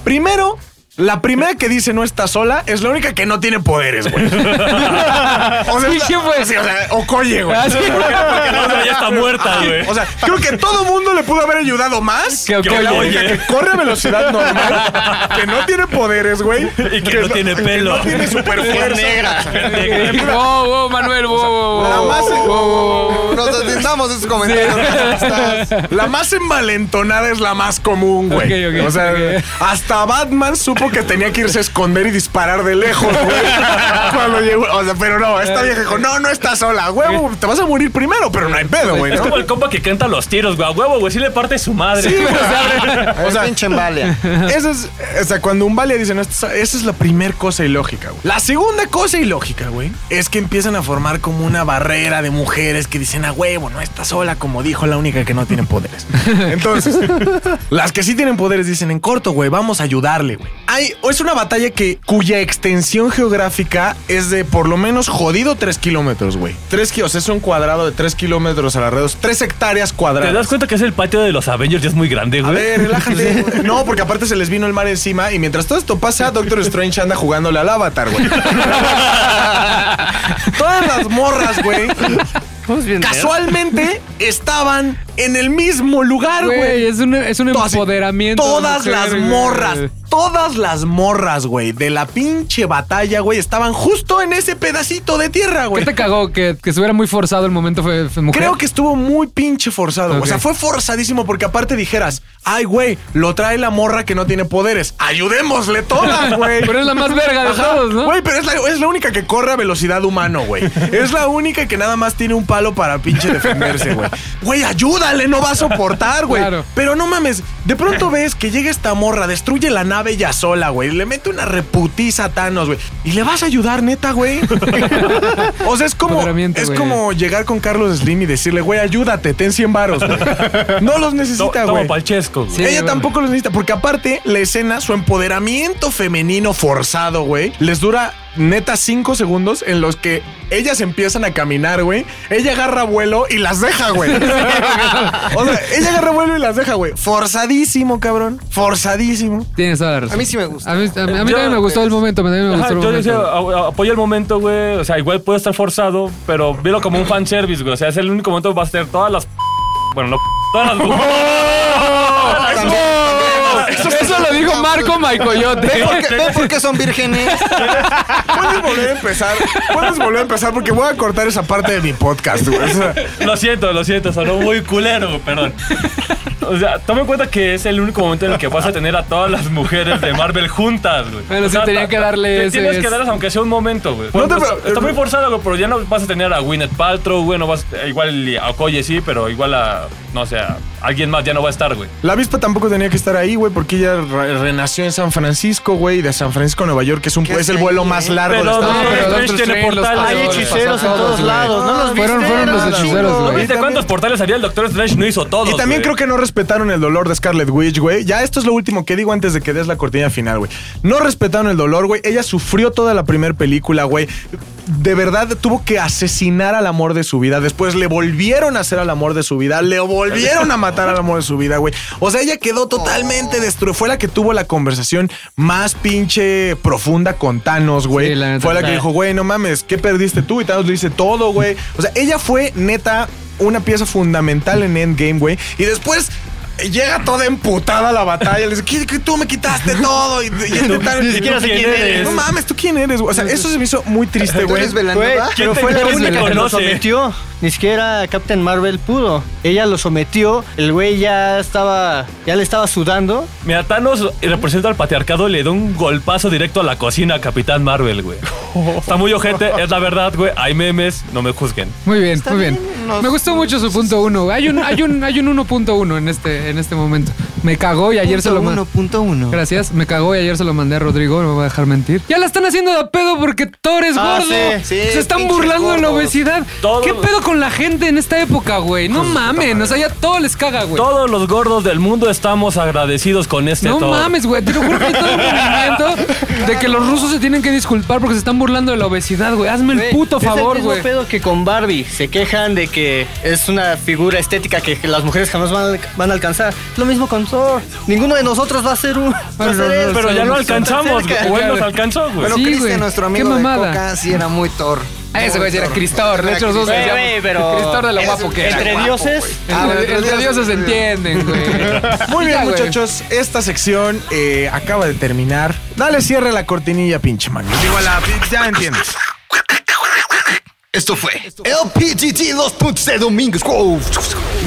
A: Primero, la primera que dice no está sola es la única que no tiene poderes, güey. o sea,
D: Sí,
A: es la-
D: sí, güey.
A: sí, o sea, Okoye, güey.
D: Ah, sí.
C: Porque la otra ya está muerta, güey.
A: Ah, O sea, creo que todo mundo le pudo haber ayudado más
D: Que
A: que la
D: Okoye.
A: única que corre a velocidad normal, que no tiene poderes, güey.
C: Y que no tiene pelo.
A: No tiene super negra.
D: Wow, wow, Manuel, wow, wow,
B: La
D: wow,
B: más-
D: wow, wow, wow.
B: Nos deslindamos de esos comentarios. racistas.
A: La más envalentonada es la más común, güey.
D: Ok, ok,
A: o sea,
D: ok.
A: hasta Batman supo que tenía que irse a esconder y disparar de lejos, güey. Cuando llegó, o sea, pero no, esta vieja dijo, no, no estás sola, huevo, te vas a morir primero, pero no hay pedo, güey.
C: Es
A: ¿no?
C: como el compa que canta los tiros, güey. A huevo, güey. Sí le parte su madre.
A: Sí, güey, o sea,
B: Es pinche embalia.
A: Esa es, o sea, cuando un vale dicen, esa esa es la primera cosa ilógica, güey. La segunda cosa ilógica, güey, es que empiezan a formar como una barrera de mujeres que dicen, a huevo, no está sola, como dijo la única que no tiene poderes. Entonces, las que sí tienen poderes dicen, en corto, güey, vamos a ayudarle, güey. Hay, es una batalla que, cuya extensión geográfica es de por lo menos jodido 3 kilómetros, güey. 3 kilómetros, es un cuadrado de 3 kilómetros alrededor, 3 hectáreas
C: ¿Te
A: cuadradas.
C: das cuenta que es el patio de los Avengers? Ya es muy grande,
A: A
C: güey.
A: ver, relájate. güey. No, porque aparte se les vino el mar encima y mientras todo esto pasa, Doctor Strange anda jugándole al avatar, güey. Todas las morras, güey,
E: Estamos bien
A: casualmente estaban en el mismo lugar,
D: Güey,
A: güey.
D: es un, es un
A: To- así,
D: empoderamiento. de
A: Todas
D: mujer,
A: las
D: güey.
A: morras, todas las morras, güey, de la pinche batalla, güey, estaban justo en ese pedacito de tierra,
D: ¿Qué
A: güey.
D: te cagó? ¿Que, que se hubiera muy forzado el momento fe, fe- mujer?
A: Pues Creo que estuvo muy pinche forzado.
D: Ok.
A: O sea, fue forzadísimo porque aparte dijeras, ay, güey, lo trae la morra que no tiene poderes. Ayudémosle todas, güey.
D: Pero es la más verga de
A: Ajá.
D: todos, ¿no?
A: Güey, pero es la, es la única que corre a velocidad humano, güey. Es la única que nada más tiene un palo para pinche defenderse, güey. Güey, ayúdale, no va a soportar, güey.
D: Claro.
A: Pero no mames, de pronto ves que llega esta morra, destruye la nave ya sola, güey. Le mete una reputiza a Thanos, güey. ¿Y le vas a ayudar, neta, güey? o sea, es como,
D: Empoderamiento,
A: es
D: güey.
A: como llegar con Carlos Slim y decirle, güey, ayúdate, ten 100 varos, güey. No los
C: To-
A: necesita,
C: Toma
A: güey.
C: palchesco, güey.
D: Sí.
A: Ella
D: bueno.
A: tampoco los necesita, porque aparte, la escena, su empoderamiento femenino forzado, güey, les dura neta cinco segundos en los que ellas empiezan a caminar, güey. Ella agarra vuelo y las deja, güey. o sea, ella agarra vuelo y las deja, güey. Forzadísimo, cabrón. Forzadísimo.
D: Tienes toda la razón.
B: A mí sí me gusta.
D: A mí, a mí- a mí
C: Yo-
D: también me gustó el momento. también me
C: Ajá,
D: gustó el
C: yo decía,
D: momento.
C: a- a- apoyo el momento, güey. O sea, igual puede estar forzado, pero velo como un fanservice, güey. O sea, es el único momento que va a ser todas las. Bueno, no. Todas las.
D: ¡Oh! Eso, lo dijo Marco Maicoyote.
B: ¿Por qué- ¿Ve por qué son vírgenes?
A: Puedes volver a empezar. Puedes volver a empezar porque voy a cortar esa parte de mi podcast, güey. O sea,
C: Lo siento, lo siento, sonó muy culero, güey, perdón. O sea, toma en cuenta que es el único momento en el que vas a tener a todas las mujeres de Marvel juntas, güey.
D: Pero
C: O
D: sí
C: sea,
D: tenía
C: ta-
D: que darle
C: te
D: ese-
C: Tienes que darles aunque sea un momento, güey.
A: No te
C: Bueno,
A: pre- eh,
C: está muy forzado, güey, pero ya no vas a tener a Gwyneth Paltrow, güey, no vas... Igual a Okoye sí, pero igual a... No sé, a alguien más ya no va a estar, güey.
A: La avispa tampoco tenía que estar ahí, güey, porque ella re- renació en San Francisco, güey, y de San Francisco a Nueva York, que es, un,
B: ¿Qué
A: es el
B: hace
A: vuelo
B: ahí,
A: más
B: eh?
A: largo
C: Pero
A: de Estados
C: no,
A: Unidos.
C: pero
D: Doctor
C: Strange tiene
D: Strange los
C: portales.
D: pasó a
E: Hay
D: todos,
E: hechiceros
D: pasó a
E: en todos
D: güey.
E: lados. ¿No los viste?
D: Fueron- fueron los
E: Eran un
D: hechiceros,
E: chingo.
D: güey.
C: ¿Viste
A: también-
C: cuántos portales había? El Doctor Strange no hizo todos,
A: Y también
C: güey.
A: creo que no respetaron el dolor de Scarlet Witch, güey. Ya esto es lo último que digo antes de que des la cortina final, güey. No respetaron el dolor, güey. Ella sufrió toda la primera película, güey. De verdad tuvo que asesinar al amor de su vida. Después le volvieron a hacer al amor de su vida. Le volvieron a matar al amor de su vida, güey. O sea, ella quedó totalmente destruida. Fue la que tuvo la conversación más pinche profunda con Thanos, güey.
D: Sí, la neta.
A: Fue la que
D: Claro.
A: dijo, güey, no mames, ¿qué perdiste tú? Y Thanos le dice todo, güey. O sea, ella fue neta una pieza fundamental en Endgame, güey. Y después llega toda emputada a la batalla. Le dice, ¿Qué, qué tú me quitaste todo? Y, y el de Thanos,
C: Ni siquiera sé quién eres.
A: No mames, ¿tú quién eres? güey? O sea, eso se me hizo muy triste,
B: ¿Tú
A: güey.
B: eres Belanova?
E: Güey,
C: ¿Quién
E: pero
C: te-
E: fue la
C: quién te
E: única que lo
C: conoce?
E: sometió. Ni siquiera Captain Marvel pudo. Ella lo sometió. El güey ya estaba. Ya le estaba sudando.
C: Mira, Thanos representa al patriarcado y le da un golpazo directo a la cocina a Capitán Marvel, güey. Está muy ojete, es la verdad, güey. Hay memes, no me juzguen.
D: Muy bien, muy bien. Me gustó mucho su punto uno. Hay un, hay un, hay un 1.1 en este, en este momento. Me cagó y ayer se lo mandé.
B: 1.1.
D: Gracias, me cagó y ayer se lo mandé a Rodrigo, no me voy a dejar mentir. Ya la están haciendo de a pedo porque Thor es
E: Ah,
D: gordo.
E: sí,
B: sí,
D: se están
B: pinches
D: burlando de la
B: gordos.
D: obesidad.
C: Todos-
D: ¿Qué pedo con la gente en esta época, güey? No mamen, o sea, ya todo les caga, güey.
C: Todos los gordos del mundo estamos agradecidos con este
D: No
C: Thor.
D: mames, güey. Te lo juro que hay todo un movimiento De que los rusos se tienen que disculpar porque se están burlando de la obesidad, güey. Hazme el
E: Güey,
D: puto
E: es el
D: favor,
E: mismo
D: güey.
E: pedo que con Barbie. Se quejan de que es una figura estética que las mujeres jamás van a, van a alcanzar. Lo mismo con Thor. Ninguno de nosotros va a ser un. va a
D: no,
E: ser
D: no,
E: él.
C: Pero ya lo alcanzamos,
E: Cerca.
C: güey. O él nos alcanzó, güey.
B: Bueno,
D: Sí,
B: Cristian,
D: güey.
B: nuestro
D: Qué
B: amigo de
D: mamada.
B: Coca, sí era muy Thor.
D: Ah, Ese güey sí era
B: Thor.
D: Cristor. De hecho, los dos
E: Güey,
D: decíamos,
E: güey, pero-
D: Cristor de lo
E: Es-
D: guapo que era.
E: Entre
D: güey.
E: dioses.
B: Ah, bueno,
D: Entre, entre
B: entonces-
D: dioses se entienden, güey.
A: Muy bien,
D: Ya, güey.
A: muchachos. Esta sección eh, acaba de terminar. Dale cierre a la cortinilla, pinche man. Digo a la. Ya entiendes.
B: Esto fue el PGT 2.0 Domingos.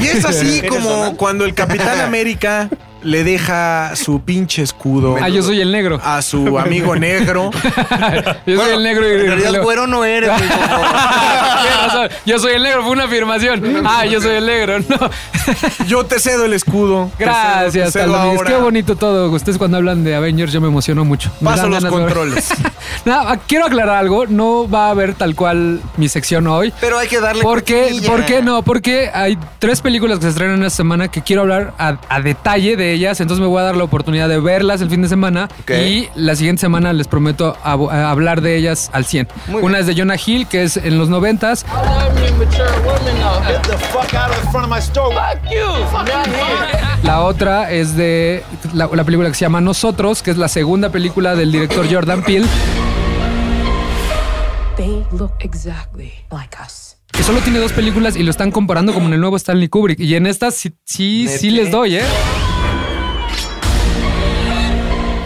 A: Y es así como cuando el Capitán América le deja su pinche escudo
D: Ah, yo soy el negro.
A: a su amigo negro.
D: Yo soy el negro y
B: En realidad,
D: lo- Ah,
B: güero no eres, güey, por favor.
D: Tienes razón. Yo soy el negro, fue una afirmación. Ah, yo soy el negro, no.
A: Yo pues, te cedo el escudo. Te cedo- te
D: Gracias,
A: cedo
D: Taldonis.
A: ahora.
D: Qué bonito todo. Ustedes cuando hablan de Avengers yo me emociono mucho. Me
A: Paso
D: dan
A: los
D: ganas de ver.
A: controles.
D: Nada, quiero aclarar algo. No va a haber tal cual mi sección hoy.
B: Pero hay que darle.
D: ¿Por qué?
B: cortinilla.
D: ¿Por qué no? Porque hay tres películas que se estrenan esta semana que quiero hablar a, a detalle de ellas. Entonces me voy a dar la oportunidad de verlas el fin de semana.
B: Ok.
D: Y la siguiente semana les prometo a- a hablar de ellas al 100.
B: Muy
D: Una es de Jonah Hill, que es en los 90s. La otra es de la, la película que se llama Nosotros, que es la segunda película del director Jordan Peele.
H: They look exactly like us.
D: Que solo tiene dos películas y lo están comparando como en el nuevo Stanley Kubrick. Y en estas sí, sí, sí les doy, ¿eh?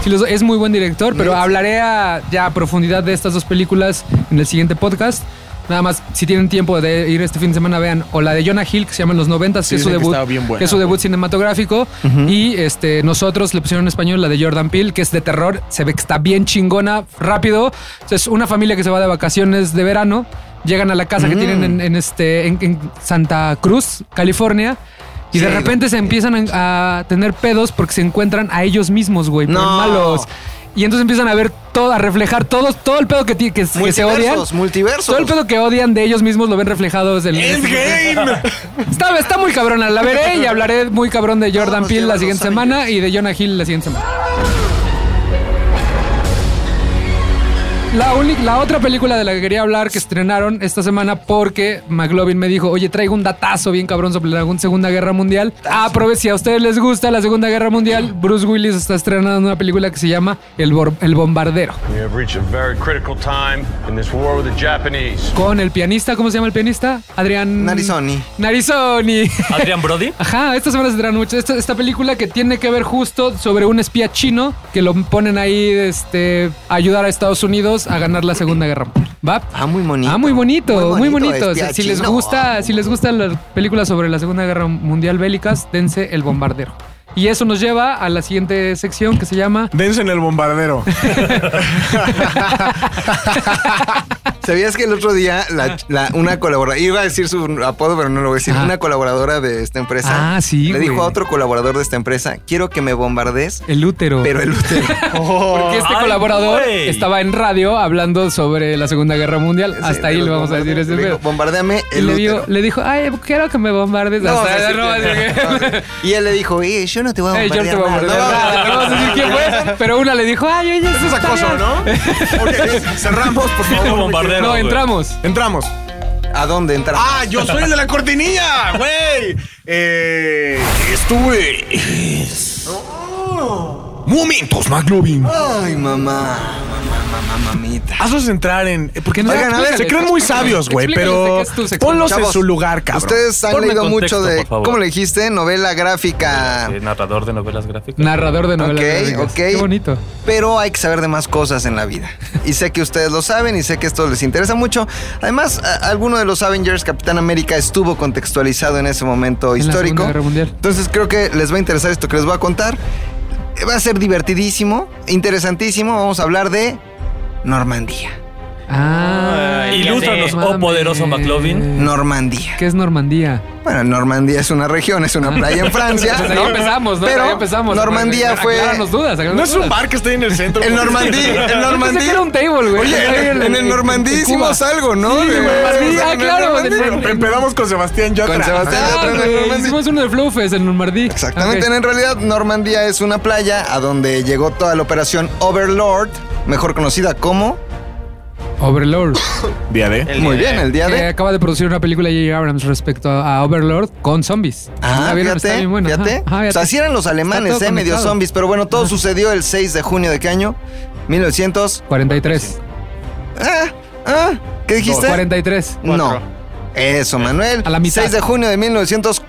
D: Sí les doy. Es muy buen director, pero hablaré a- ya a profundidad de estas dos películas en el siguiente podcast. Nada más, si tienen tiempo de ir este fin de semana, vean o la de Jonah Hill, que se llama En los 90, que, es su
A: dicen que
D: debut,
A: estaba bien buena,
D: que es su debut cinematográfico. Y este, nosotros le pusieron en español la de Jordan Peele, que es de terror. Se ve que está bien chingona, rápido. Es una familia que se va de vacaciones de verano. Llegan a la casa que
B: Mm.
D: tienen en, en este, en, en Santa Cruz, California. Y de
B: Sí,
D: repente se empiezan a, a tener pedos porque se encuentran a ellos mismos, güey, por
B: No.
D: malos. Y entonces empiezan a ver todo, a reflejar todo, todo el pedo que, ti- que, que se odian.
B: Multiversos, multiversos.
D: Todo el pedo que odian de ellos mismos lo ven reflejado desde el... Está, está muy cabrona, la veré y hablaré muy cabrón de
B: Todos
D: Jordan
B: nos
D: Peele la
B: llevan
D: siguiente
B: los
D: semana y de Jonah Hill la siguiente semana. La, única- la otra película de la que quería hablar que estrenaron esta semana porque McLovin me dijo, oye, traigo un datazo bien cabrón sobre la Segunda Guerra Mundial. Aprove, si a ustedes les gusta la Segunda Guerra Mundial, Bruce Willis está estrenando una película que se llama El, Bor- El Bombardero.
I: We have reached a very critical time in this war with the Japanese.
D: Con el pianista, ¿cómo se llama el pianista? Adrián...
B: Narizoni.
D: Narizoni.
C: Adrian Brody.
D: Ajá, esta semana se traen mucho. Esta, esta película que tiene que ver justo sobre un espía chino que lo ponen ahí este, a ayudar a Estados Unidos a ganar la Segunda Guerra Mundial. ¿Va?
B: Ah, muy bonito.
D: Ah, muy bonito, muy bonito.
B: espía
D: Si, si les
B: chino.
D: gusta, si les gustan las películas sobre la Segunda Guerra Mundial bélicas, dense El Bombardero. Y eso nos lleva a la siguiente sección que se llama
A: Dense en el bombardero.
B: ¿Sabías que el otro día la- la- una colaboradora, iba a decir su apodo, pero no lo voy a decir,
D: Ah.
B: una colaboradora de esta empresa
D: Ah, sí,
B: le
D: güey.
B: dijo a otro colaborador de esta empresa, quiero que me bombardees,
D: El útero.
B: pero el útero.
D: porque este
C: Ay,
D: colaborador
C: güey.
D: estaba en radio hablando sobre la Segunda Guerra Mundial.
B: Sí,
D: Hasta ahí
B: pero
D: le vamos a decir
B: bombardea-
D: ese
B: le dijo,
D: pedo.
B: Bombardeame
D: Y
B: el
D: le, digo-
B: útero.
D: le dijo, ay, quiero que me bombardes.
B: No,
D: Hasta-
B: o sea, sí,
D: no, así que-
B: no, y él le dijo, "Eh, yo no te voy a
D: Ey, yo
B: bombardear.
D: no te voy a
B: nada,
D: bombardear
B: no,
D: nada, no vamos a decir quién fue, pero una le dijo, ay, oye, eso
A: Es
D: está
A: acoso,
D: bien".
A: ¿no? Ok, cerramos, por favor.
C: Bombardero.
D: No,
C: güey.
D: entramos.
A: Entramos.
B: ¿A dónde entrar?
A: ¡Ah, yo soy el de la cortinilla! ¡Güey! Eh, esto es. Oh. Momentos, McLovin.
D: Ah,
B: Ay, mamá, mamá, mamá, mamita.
A: Hazlos entrar en. eh, Porque no,
B: Oigan, a ver,
A: se creen muy
D: explícales,
A: sabios, güey,
D: explícales de
A: pero
D: qué es tu sección.
A: ponlos en
B: Chavos,
A: su lugar, cabrón.
B: Ustedes han
C: Ponme
B: leído
C: contexto,
B: mucho de,
C: por favor.
B: ¿cómo le dijiste? Novela gráfica.
C: Sí, narrador de novelas gráficas.
D: Narrador de novelas.
B: Ok,
D: gráficas.
B: ok.
D: Qué bonito.
B: Pero hay que saber de más cosas en la vida. Y sé que ustedes lo saben y sé que esto les interesa mucho. Además, a- alguno de los Avengers, Capitán América, estuvo contextualizado en ese momento
D: En la
B: histórico.
D: Segunda Guerra Mundial.
B: Entonces creo que les va a interesar esto que les voy a contar. Eh, Va a ser divertidísimo, interesantísimo. Vamos a hablar de Normandía.
D: Ah,
J: el que
C: Ilústranos,
J: hace-
C: oh poderoso
D: Mames.
C: McLovin.
B: Normandía.
D: ¿Qué es Normandía?
B: Bueno, Normandía es una región, es una playa en Francia.
D: Pues ahí
B: ¿no?
D: empezamos, ¿no?
B: Pero
D: ahí empezamos.
B: Normandía
D: Aclararnos
B: fue.
D: dudas, aclararnos
A: No es un
D: dudas.
A: bar que está en el centro.
B: El
A: güey.
B: Normandí, el
D: Yo pensé
B: Normandí.
D: que era un table, güey.
B: Oye,
D: Ahí
B: en, en el Normandí
D: en Cuba.
B: hicimos algo, ¿no?
D: Sí,
B: De-
D: güey, Normandí,
B: en
D: ah,
B: el
D: claro,
B: Normandí.
D: del-
A: Pero Empezamos con Sebastián Yatra.
B: Con Sebastián
D: Ah,
B: Yatra en el
D: güey,
B: Normandí.
D: hicimos uno de Flowfest en Normandí.
B: Exactamente,
D: Ok.
B: en realidad Normandía es una playa a donde llegó toda la operación Overlord, mejor conocida como...
D: Overlord.
A: Día de.
E: El
B: Muy
E: día de-
B: bien, el día
D: que
B: de...
D: acaba de producir una película J.J. Abrams respecto a, a Overlord con zombies.
B: Ah,
D: Está bien, está
B: fíjate,
D: bien buena, ajá, Ah,
B: fíjate.
D: ajá,
B: O sea, así eran los alemanes,
D: todo
B: eh, medio
D: conectado. Ah.
B: zombies. Pero bueno, todo sucedió el 6 de junio de qué año? 1900...
D: 43.
B: Ah, ah, ¿qué dijiste?
D: 43.
B: No. Eso, Manuel.
D: A la mitad.
B: 6 de junio de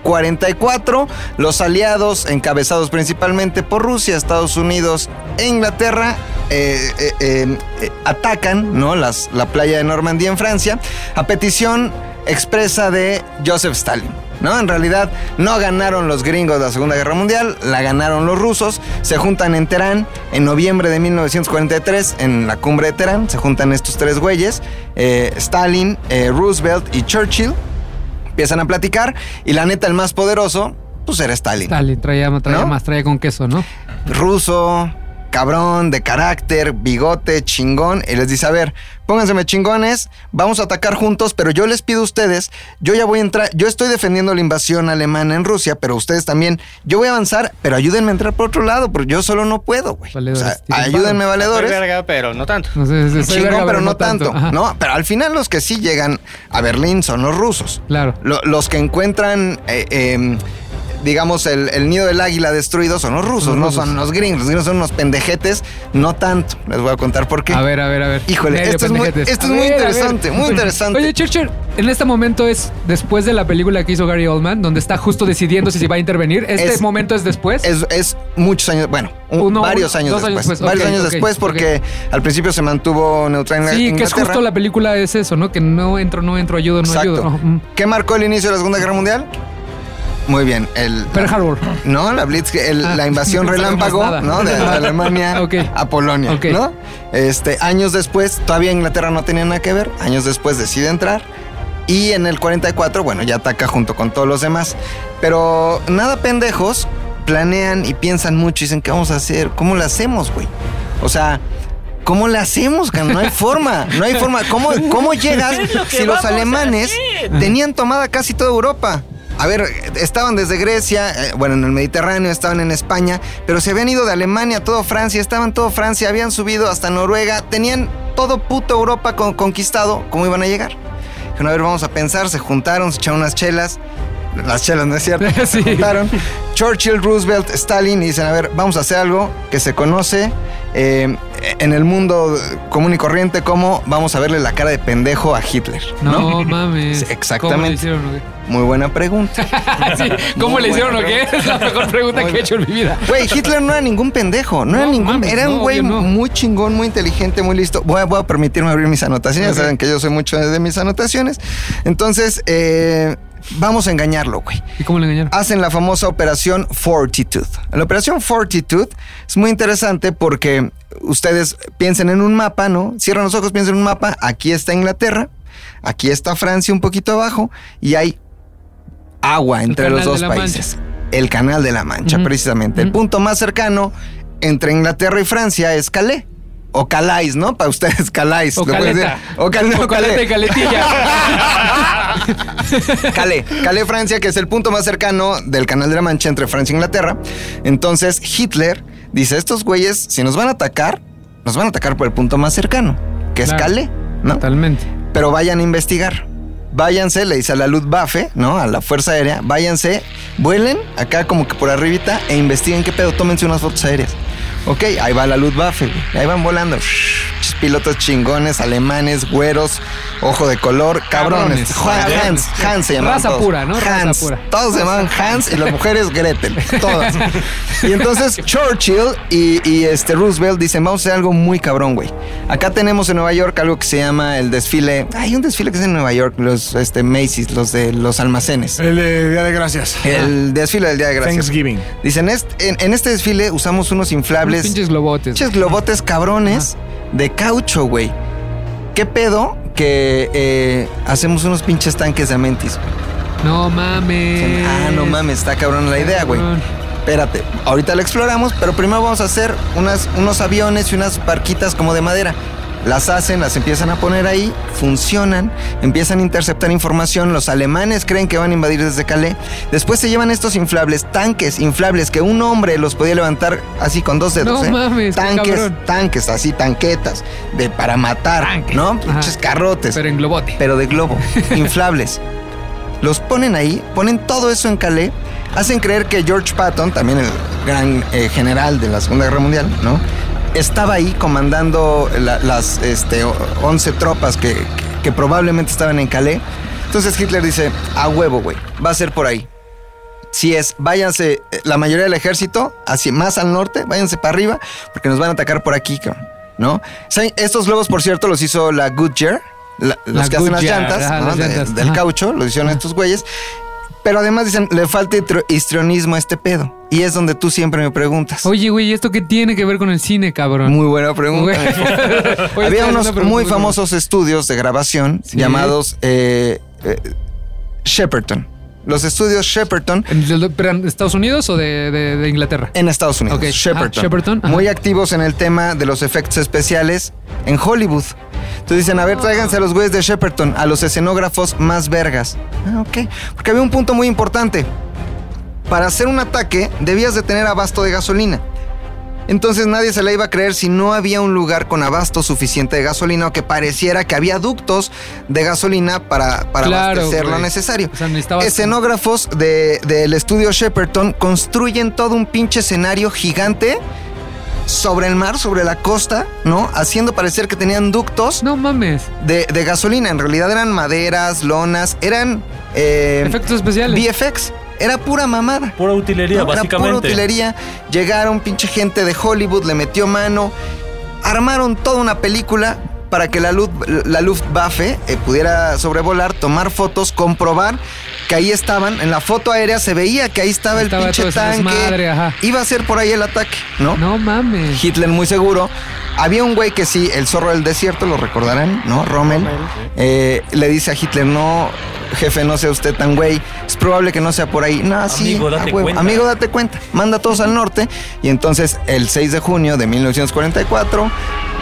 B: 1944, los aliados, encabezados principalmente por Rusia, Estados Unidos e Inglaterra, eh, eh, eh, eh, atacan ¿no? Las, la playa de Normandía en Francia a petición expresa de Joseph Stalin. ¿No? En realidad no ganaron los gringos la Segunda Guerra Mundial, la ganaron los rusos, se juntan en Teherán en noviembre de 1943, en la cumbre de Teherán, se juntan estos tres güeyes, eh, Stalin, eh, Roosevelt y Churchill, empiezan a platicar y la neta el más poderoso, pues era Stalin.
D: Dale, traía, traía
B: ¿No?
D: más, traía con queso, ¿no?
B: Ruso, cabrón, de carácter, bigote, chingón. Y les dice, a ver, pónganseme chingones, vamos a atacar juntos, pero yo les pido a ustedes, yo ya voy a entrar, yo estoy defendiendo la invasión alemana en Rusia, pero ustedes también, yo voy a avanzar, pero ayúdenme a entrar por otro lado, porque yo solo no puedo, güey. O sea,
D: Valedores, tiren
B: ayúdenme,
D: paro.
E: Soy
B: valedores.
E: verga, pero no tanto.
D: No sé, soy
B: Chingón,
D: verga,
B: pero no tanto,
D: Ajá,
B: ¿no? Pero al final los que sí llegan a Berlín son los rusos.
D: Claro.
B: Lo- los que encuentran, eh, eh, digamos, el, el nido del águila destruido son los rusos,
D: Los
B: no
D: rusos.
B: son los gringos. Los gringos son unos pendejetes, no tanto. Les voy a contar por qué.
D: A ver, a ver, a ver.
B: Híjole,
D: Medio
B: esto es muy-
D: pendejetes.
B: esto es
D: A
B: muy
D: ver, a ver.
B: interesante, muy interesante.
D: Oye, Churchill, en este momento es después de la película que hizo Gary Oldman, donde está justo decidiendo si se va a intervenir. ¿Este
B: Es-
D: momento es después?
B: Es, es muchos años, bueno, un-
D: Uno,
B: varios
D: uno,
B: años
D: dos
B: después.
D: años después,
B: Varios
D: ok,
B: años
D: ok,
B: después porque al principio se mantuvo neutral en la-
D: sí, que es
B: Inglaterra.
D: justo la película es eso, ¿no? Que no entro, no entro, ayudo, no
B: Exacto.
D: ayudo. no, mm.
B: ¿Qué marcó el inicio de la Segunda Guerra Mundial? Muy bien, el,
D: Pearl Harbor.
B: ¿no? La Blitz, el-
D: Ah,
B: la invasión
D: no sabemos nada.
B: relámpago, ¿no? De, de Alemania
D: Ok.
B: a Polonia,
D: Ok.
B: ¿no? Este, años después, todavía Inglaterra no tenía nada que ver, años después decide entrar y en el 44, bueno, ya ataca junto con todos los demás. Pero nada pendejos, planean y piensan mucho y dicen, ¿qué vamos a hacer? ¿Cómo lo hacemos, güey? O sea... ¿Cómo lo hacemos, can? No hay forma, no hay forma. ¿Cómo, cómo llegas si los alemanes tenían tomada casi toda Europa? A ver, estaban desde Grecia, eh, bueno, en el Mediterráneo, estaban en España, pero se habían ido de Alemania a todo Francia, estaban todo Francia, habían subido hasta Noruega, tenían todo puto Europa con- conquistado. ¿Cómo iban a llegar? Dijeron, a ver, vamos a pensar, se juntaron, se echaron unas chelas. Las chelas, ¿no es cierto? Se
D: Sí.
B: juntaron. Churchill, Roosevelt, Stalin y dicen, a ver, vamos a hacer algo que se conoce eh, en el mundo común y corriente como vamos a verle la cara de pendejo a Hitler.
D: No, mames.
B: Sí, exactamente.
D: ¿Cómo le hicieron o qué?
B: Muy buena pregunta.
D: Sí, ¿Cómo
B: Muy
D: le hicieron o
B: buena
D: qué? Es la mejor pregunta que he hecho en mi vida.
B: Güey, Hitler no era ningún pendejo, no, era
D: No,
B: ningún,
D: mames,
B: era
D: no,
B: un güey
D: obvio no.
B: muy chingón, muy inteligente, muy listo. Voy a, voy a permitirme abrir mis anotaciones,
D: Ok.
B: saben que yo soy mucho de mis anotaciones. Entonces, eh, vamos a engañarlo, güey.
D: ¿Y cómo le engañaron?
B: Hacen la famosa operación Fortitude. La operación Fortitude es muy interesante porque ustedes piensen en un mapa, ¿no? Cierran los ojos, piensen en un mapa. Aquí está Inglaterra, aquí está Francia un poquito abajo y hay agua entre
D: Canal
B: los
D: de
B: dos
D: la
B: países. El Canal de la Mancha,
D: Ujú.
B: precisamente. El
D: Ujú.
B: punto más cercano entre Inglaterra y Francia es Calais. O Calais, ¿no? Para ustedes, Calais.
D: O
B: lo pueden
D: caleta.
B: decir. O, Cal- o
D: O caleta y
B: Calais.
D: caletilla.
B: Calais, Calais, Francia, que es el punto más cercano del Canal de la Mancha entre Francia e Inglaterra. Entonces Hitler dice, estos güeyes, si nos van a atacar, nos van a atacar por el punto más cercano, que es
D: Claro.
B: Calais, ¿no?
D: Totalmente.
B: Pero vayan a investigar. Váyanse, le dice a la Luftwaffe, ¿no? A la Fuerza Aérea, váyanse, vuelen acá como que por arribita e investiguen qué pedo, tómense unas fotos aéreas. Ok, ahí va la Luftwaffe, güey. ahí van volando. Shhh, Pilotos chingones, alemanes, güeros, ojo de color, cabrones.
D: Cabrones.
B: Juan- Hans, Hans se llamaban
D: Raza
B: todos.
D: pura, ¿no? Raza
B: Hans.
D: pura.
B: Todos se llamaban Hans y las mujeres Gretel, todas. Y entonces Churchill y, y, este Roosevelt dicen, vamos a hacer algo muy cabrón, güey. Acá tenemos en Nueva York algo que se llama el desfile. Hay un desfile que es en Nueva York, los este, Macy's, los de los almacenes.
A: El eh, Día de Gracias.
B: El desfile del Día de Gracias.
A: Thanksgiving.
B: Dicen, "Est- en, en este desfile usamos unos
D: Unos
B: inflables,
D: pinches globotes.
B: pinches globotes cabrones de caucho, güey. ¿Qué pedo? que eh, hacemos unos pinches tanques de Amentis.
D: No mames.
B: Ah, no mames, está cabrón la idea, güey.
D: Pues, Cabrón.
B: Espérate, ahorita la exploramos, pero primero vamos a hacer unas, unos aviones y unas barquitas como de madera. Las hacen, las empiezan a poner ahí, funcionan, empiezan a interceptar información, los alemanes creen que van a invadir desde Calais, después se llevan estos inflables, tanques inflables que un hombre los podía levantar así con dos dedos.
D: No
B: ¿eh?
D: mames, qué
B: tanques,
D: cabrón.
B: tanques, así, tanquetas, de para matar, ¿no? Pinches carrotes
D: Pero en globote.
B: pero de globo, inflables. Los ponen ahí, ponen todo eso en Calais, hacen creer que George Patton, también el gran eh, general de la Segunda Guerra Mundial, ¿no? Estaba ahí comandando la- las este, o- 11 tropas que, que- que probablemente estaban en Calais. Entonces Hitler dice, a huevo, güey, va a ser por ahí. Si es, váyanse eh, la mayoría del ejército hacia más al norte, váyanse para arriba, porque nos van a atacar por aquí, cabrón, ¿no? ¿Saben? Estos logos, por cierto, los hizo la Goodyear, la- los
D: La
B: que hacen las
D: Goodyear,
B: llantas,
D: ajá,
B: ¿no?
D: las
B: De-
D: llantas,
B: del
D: ajá.
B: caucho, los hicieron estos güeyes. Pero además dicen, le falta hitro- histrionismo a este pedo. Y es donde tú siempre me preguntas.
D: Oye, güey, ¿y ¿esto qué tiene que ver con el cine, cabrón?
B: Muy buena
D: Güey.
B: pregunta.
D: Oye,
B: Había
D: esta es una
B: unos
D: pregunta
B: muy famosos estudios de grabación
D: Sí.
B: llamados eh, eh, Shepperton. Los estudios Shepperton
D: ¿En de- de- pero en Estados Unidos o de, de- de Inglaterra?
B: en Estados Unidos.
D: Ok. Ah,
B: Shepperton.
D: Shepperton, ajá.
B: Muy activos en el tema de los efectos especiales en Hollywood. Entonces dicen, a
D: Ah.
B: ver, tráiganse a los güeyes de Shepperton, a los escenógrafos más vergas. Ah, ok. Porque había un punto muy importante. Para hacer un ataque debías de tener abasto de gasolina. Entonces nadie se la iba a creer si no había un lugar con abasto suficiente de gasolina o que pareciera que había ductos de gasolina para, para
D: Claro,
B: abastecer lo
D: güey.
B: necesario.
D: O sea, necesitabas-
B: Escenógrafos de- del estudio Shepperton construyen todo un pinche escenario gigante sobre el mar, sobre la costa, ¿no? Haciendo parecer que tenían ductos
D: No mames.
B: de, de gasolina. En realidad eran maderas, lonas, eran eh,
D: Efectos especiales.
B: VFX. Era pura mamada.
C: Pura utilería,
B: No, era
C: básicamente.
B: pura utilería. Llegaron pinche gente de Hollywood, le metió mano. Armaron toda una película para que la, Lut- la Luftwaffe eh, pudiera sobrevolar, tomar fotos, comprobar que ahí estaban. En la foto aérea se veía que ahí estaba,
D: Estaba
B: el pinche
D: todo ese
B: tanque.
D: desmadre, ajá.
B: Iba a ser por ahí el ataque, ¿no?
D: No mames.
B: Hitler muy seguro. Había un güey que sí, el zorro del desierto, lo recordarán, ¿no? Rommel. Eh, le dice a Hitler, no, jefe, no sea usted tan güey. Es probable que no sea por ahí. No, Ah, sí.
C: Amigo, date
B: a huevo.
C: cuenta.
B: Amigo, date cuenta. Manda a todos al norte. Y entonces, el 6 de junio de 1944,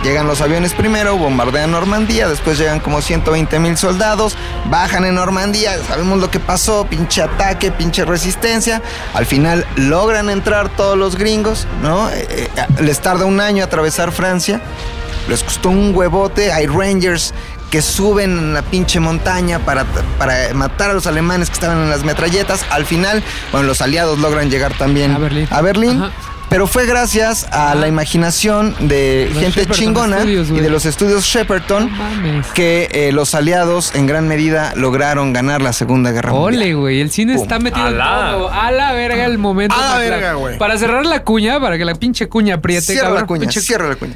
B: llegan los aviones primero, bombardean Normandía. Después llegan como 120 mil soldados. Bajan en Normandía. Sabemos lo que pasó. Pinche ataque, pinche resistencia. Al final logran entrar todos los gringos, ¿no? Eh, eh, les tarda un año atravesar Francia. Les costó un huevote. Hay Rangers que suben en la pinche montaña para, para matar a los alemanes que estaban en las metralletas. Al final, bueno, los aliados logran llegar también
D: A Berlín. Ajá.
B: Pero fue gracias a la imaginación de
D: Los
B: gente
D: Shepperton
B: chingona
D: Studios,
B: y
D: güey.
B: de los estudios Shepperton
D: No mames.
B: que eh, los aliados en gran medida lograron ganar la Segunda Guerra Mundial.
D: Ole, güey, el cine
B: Pum.
D: está metido
C: Alá.
D: en todo. A la verga el momento.
A: A la
D: más
A: verga,
D: claro.
A: güey.
D: Para cerrar la cuña, para que la pinche cuña apriete,
B: Cierra
D: cabrón,
B: la cuña,
D: pinche-
B: cierra la cuña.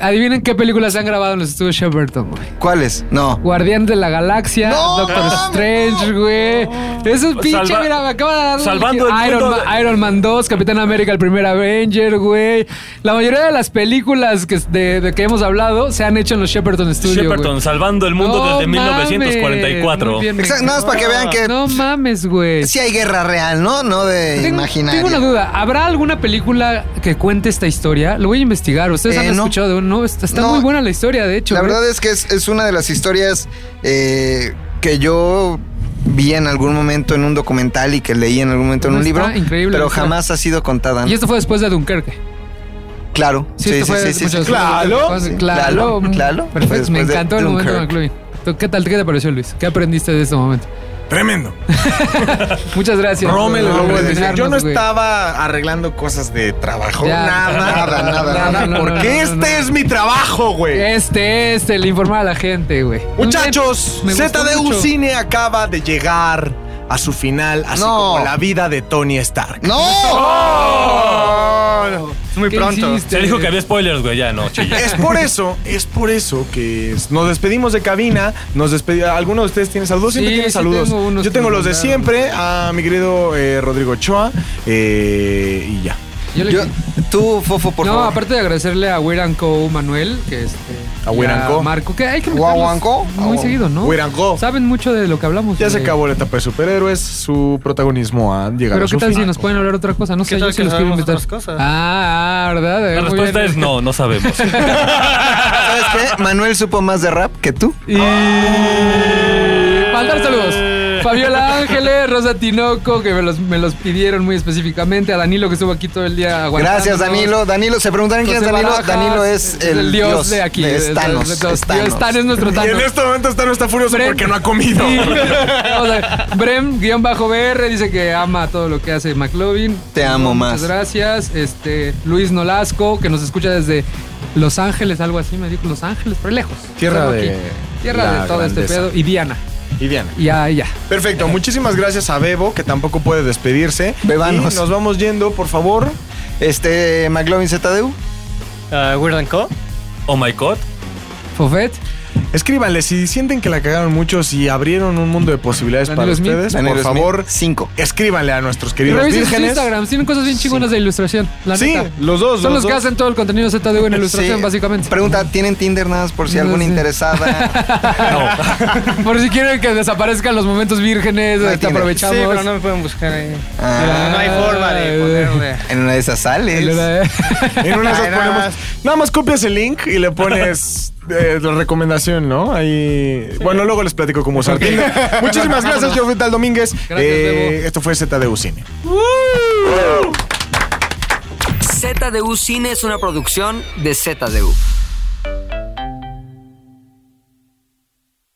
D: Adivinen qué películas se han grabado en los estudios Shepperton, güey.
B: ¿Cuáles? No.
D: Guardián de la Galaxia,
B: No,
D: Doctor
B: mames,
D: Strange, güey. Eso es pinche,
C: Salva-
D: mira, me acaba de dar.
C: salvando el
D: Iron,
C: mundo
D: Ma-
C: de-
D: Iron Man 2, Capitán América, el primer Avenger, güey. La mayoría de las películas que, de, de que hemos hablado se han hecho en los Shepperton Studios.
C: Shepperton
D: güey.
C: salvando el mundo
D: No
C: desde
D: mames.
C: 1944.
D: Muy bien,
B: Exacto, eh,
D: Ricardo.
B: nada más para que vean que
D: No mames, güey.
B: sí hay guerra real, ¿no? No de
D: Tengo,
B: imaginaria.
D: tengo una duda. ¿Habrá alguna película que cuente esta historia? Lo voy a investigar. Ustedes
B: Eh,
D: han
B: no.
D: escuchado de un. No, está, está
B: No.
D: muy buena la historia, de hecho. ¿eh?
B: La
D: güey.
B: verdad es que es, es una de las historias eh, que yo vi en algún momento en un documental y que leí en algún momento en
D: No,
B: un
D: está
B: libro,
D: increíble la
B: pero
D: historia.
B: jamás ha sido contada. ¿no?
D: Y esto fue después de Dunkerque.
B: Claro,
D: Sí, esto fue mucho después de
A: Claro.
D: Dunkerque. Claro.
B: Claro, claro. Fue
D: Perfecto. Me
B: después de
D: encantó el momento en el
B: Dunkirk.
D: club. ¿Tú ¿Qué tal? ¿Qué te pareció, Luis? ¿Qué aprendiste de este momento?
A: Tremendo.
D: Muchas gracias.
A: Rommel,
D: por
A: el hombre de-
D: iluminarnos,
A: Yo no
D: güey.
A: estaba arreglando cosas de trabajo.
D: Ya.
A: Nada, nada, nada,
D: No,
A: nada.
D: no, no, no,
A: porque
D: no,
A: este
D: no.
A: es mi trabajo, güey.
D: Este, este, el informar a la gente, güey. Muy bien.
A: Muchachos,
D: Me gustó
A: ZDU
D: mucho.
A: Cine acaba de llegar a su final, así
B: No.
A: como la vida de Tony Stark.
B: ¡No!
E: Es muy
D: ¿Qué
E: pronto.
D: hiciste?
C: Se dijo que había spoilers, güey, ya no, chilla.
A: Es por eso, es por eso que es- nos despedimos de cabina. Nos despedi- ¿Alguno de ustedes tiene saludos? Siempre
D: Sí,
A: tiene
D: sí
A: saludos.
D: tengo unos
A: Yo tengo
D: que
A: los de
D: mandaron.
A: siempre, a mi querido eh, Rodrigo Ochoa eh, y ya.
D: Yo le-
B: Yo Tú, Fofo, por
D: no,
B: favor.
D: aparte de agradecerle a Weird and Co. Manuel, que este.
A: A
D: y
A: Weird and Co.
D: Marco, que hay que
B: Wow,
D: meterlos
B: and Co.
D: Muy
B: Ah,
D: seguido, ¿no?
A: Weird and Co.
D: Saben mucho de lo que hablamos.
A: Ya se
D: güey.
A: acabó la etapa de superhéroes, su protagonismo ha llegado
D: Pero
A: a su
D: qué tal si
A: fin.
D: nos pueden hablar otra cosa, no
E: ¿Qué
D: sé, yo
E: tal
D: sí
E: que
D: los quiero
E: sabemos
D: invitar.
E: otras cosas?
D: Ah, ah, ¿verdad? Eh,
C: La
D: muy
C: respuesta
D: bien.
C: es no, no sabemos.
B: ¿Sabes qué? Manuel supo más de rap que tú.
D: Y mandar saludos. Fabiola Ángeles, Rosa Tinoco, que me los, me los pidieron muy específicamente. A Danilo, que estuvo aquí todo el día aguantándonos.
B: Gracias, Danilo. Danilo, se preguntaron quién es
D: José
B: Danilo.
D: Barajas,
B: Danilo es el,
D: dios, de aquí.
B: de-
D: de-
B: Es Thanos.
D: de-
B: Es
D: de- Dios,
B: Thanos.
D: Thanos es nuestro
A: Y en
D: Thanos.
A: este momento está no está furioso
D: Brem-
A: porque no ha comido.
D: Sí. Vamos a ver. Brem, guión bajo BR, dice que ama todo lo que hace McLovin.
B: Te amo más.
D: Muchas gracias. Este, Luis Nolasco, que nos escucha desde Los Ángeles, algo así, me dijo Los Ángeles, pero lejos.
A: Tierra
D: Solo
A: de
D: aquí. Tierra
A: la
D: de todo este
A: grandeza.
D: pedo. Y Diana.
A: Y Diana.
D: Y a ella.
A: Perfecto, muchísimas gracias a Bebo, que tampoco puede despedirse.
B: Bebanos.
A: Y nos vamos yendo, por favor.
B: Este, McLovin ZDU.
E: Ah, Weird and Co.
C: oh my god.
D: Fofet.
A: Escríbanle si sienten que la cagaron mucho, si abrieron un mundo de posibilidades
D: Danilo
A: para
D: Smith.
A: ustedes,
B: Danilo
A: por
B: Smith,
A: favor,
B: Cinco.
A: escríbanle a nuestros
D: Y
A: queridos
D: revisen sus
A: vírgenes.
D: Instagrams. Tienen cosas bien chingonas de ilustración. La
A: Sí,
D: neta.
A: los dos.
D: Son los,
A: dos.
D: que hacen todo el contenido ZDU en ilustración,
B: Sí.
D: básicamente.
B: Pregunta, ¿tienen Tinder nada más por si
D: No
B: alguna
D: sé.
B: interesada?
D: Por si quieren que desaparezcan los momentos vírgenes,
B: No hay
D: te
B: Tinder.
D: aprovechamos.
E: Sí, pero no me pueden buscar ahí.
B: Ah.
E: no hay forma de ponerle.
B: en una de esas sales.
D: ¿eh?
A: En una de esas
E: Ay, nada
A: ponemos-
E: más.
A: Nada más copias el link y le pones eh, la recomendación, ¿no? Ahí. Bueno, luego les platico cómo usar Tinder. Muchísimas gracias, yo fui Tal Domínguez. Eh,
D: Gracias, Bebo.
A: esto fue ZDU Cine.
J: ZDU Cine es una producción de ZDU.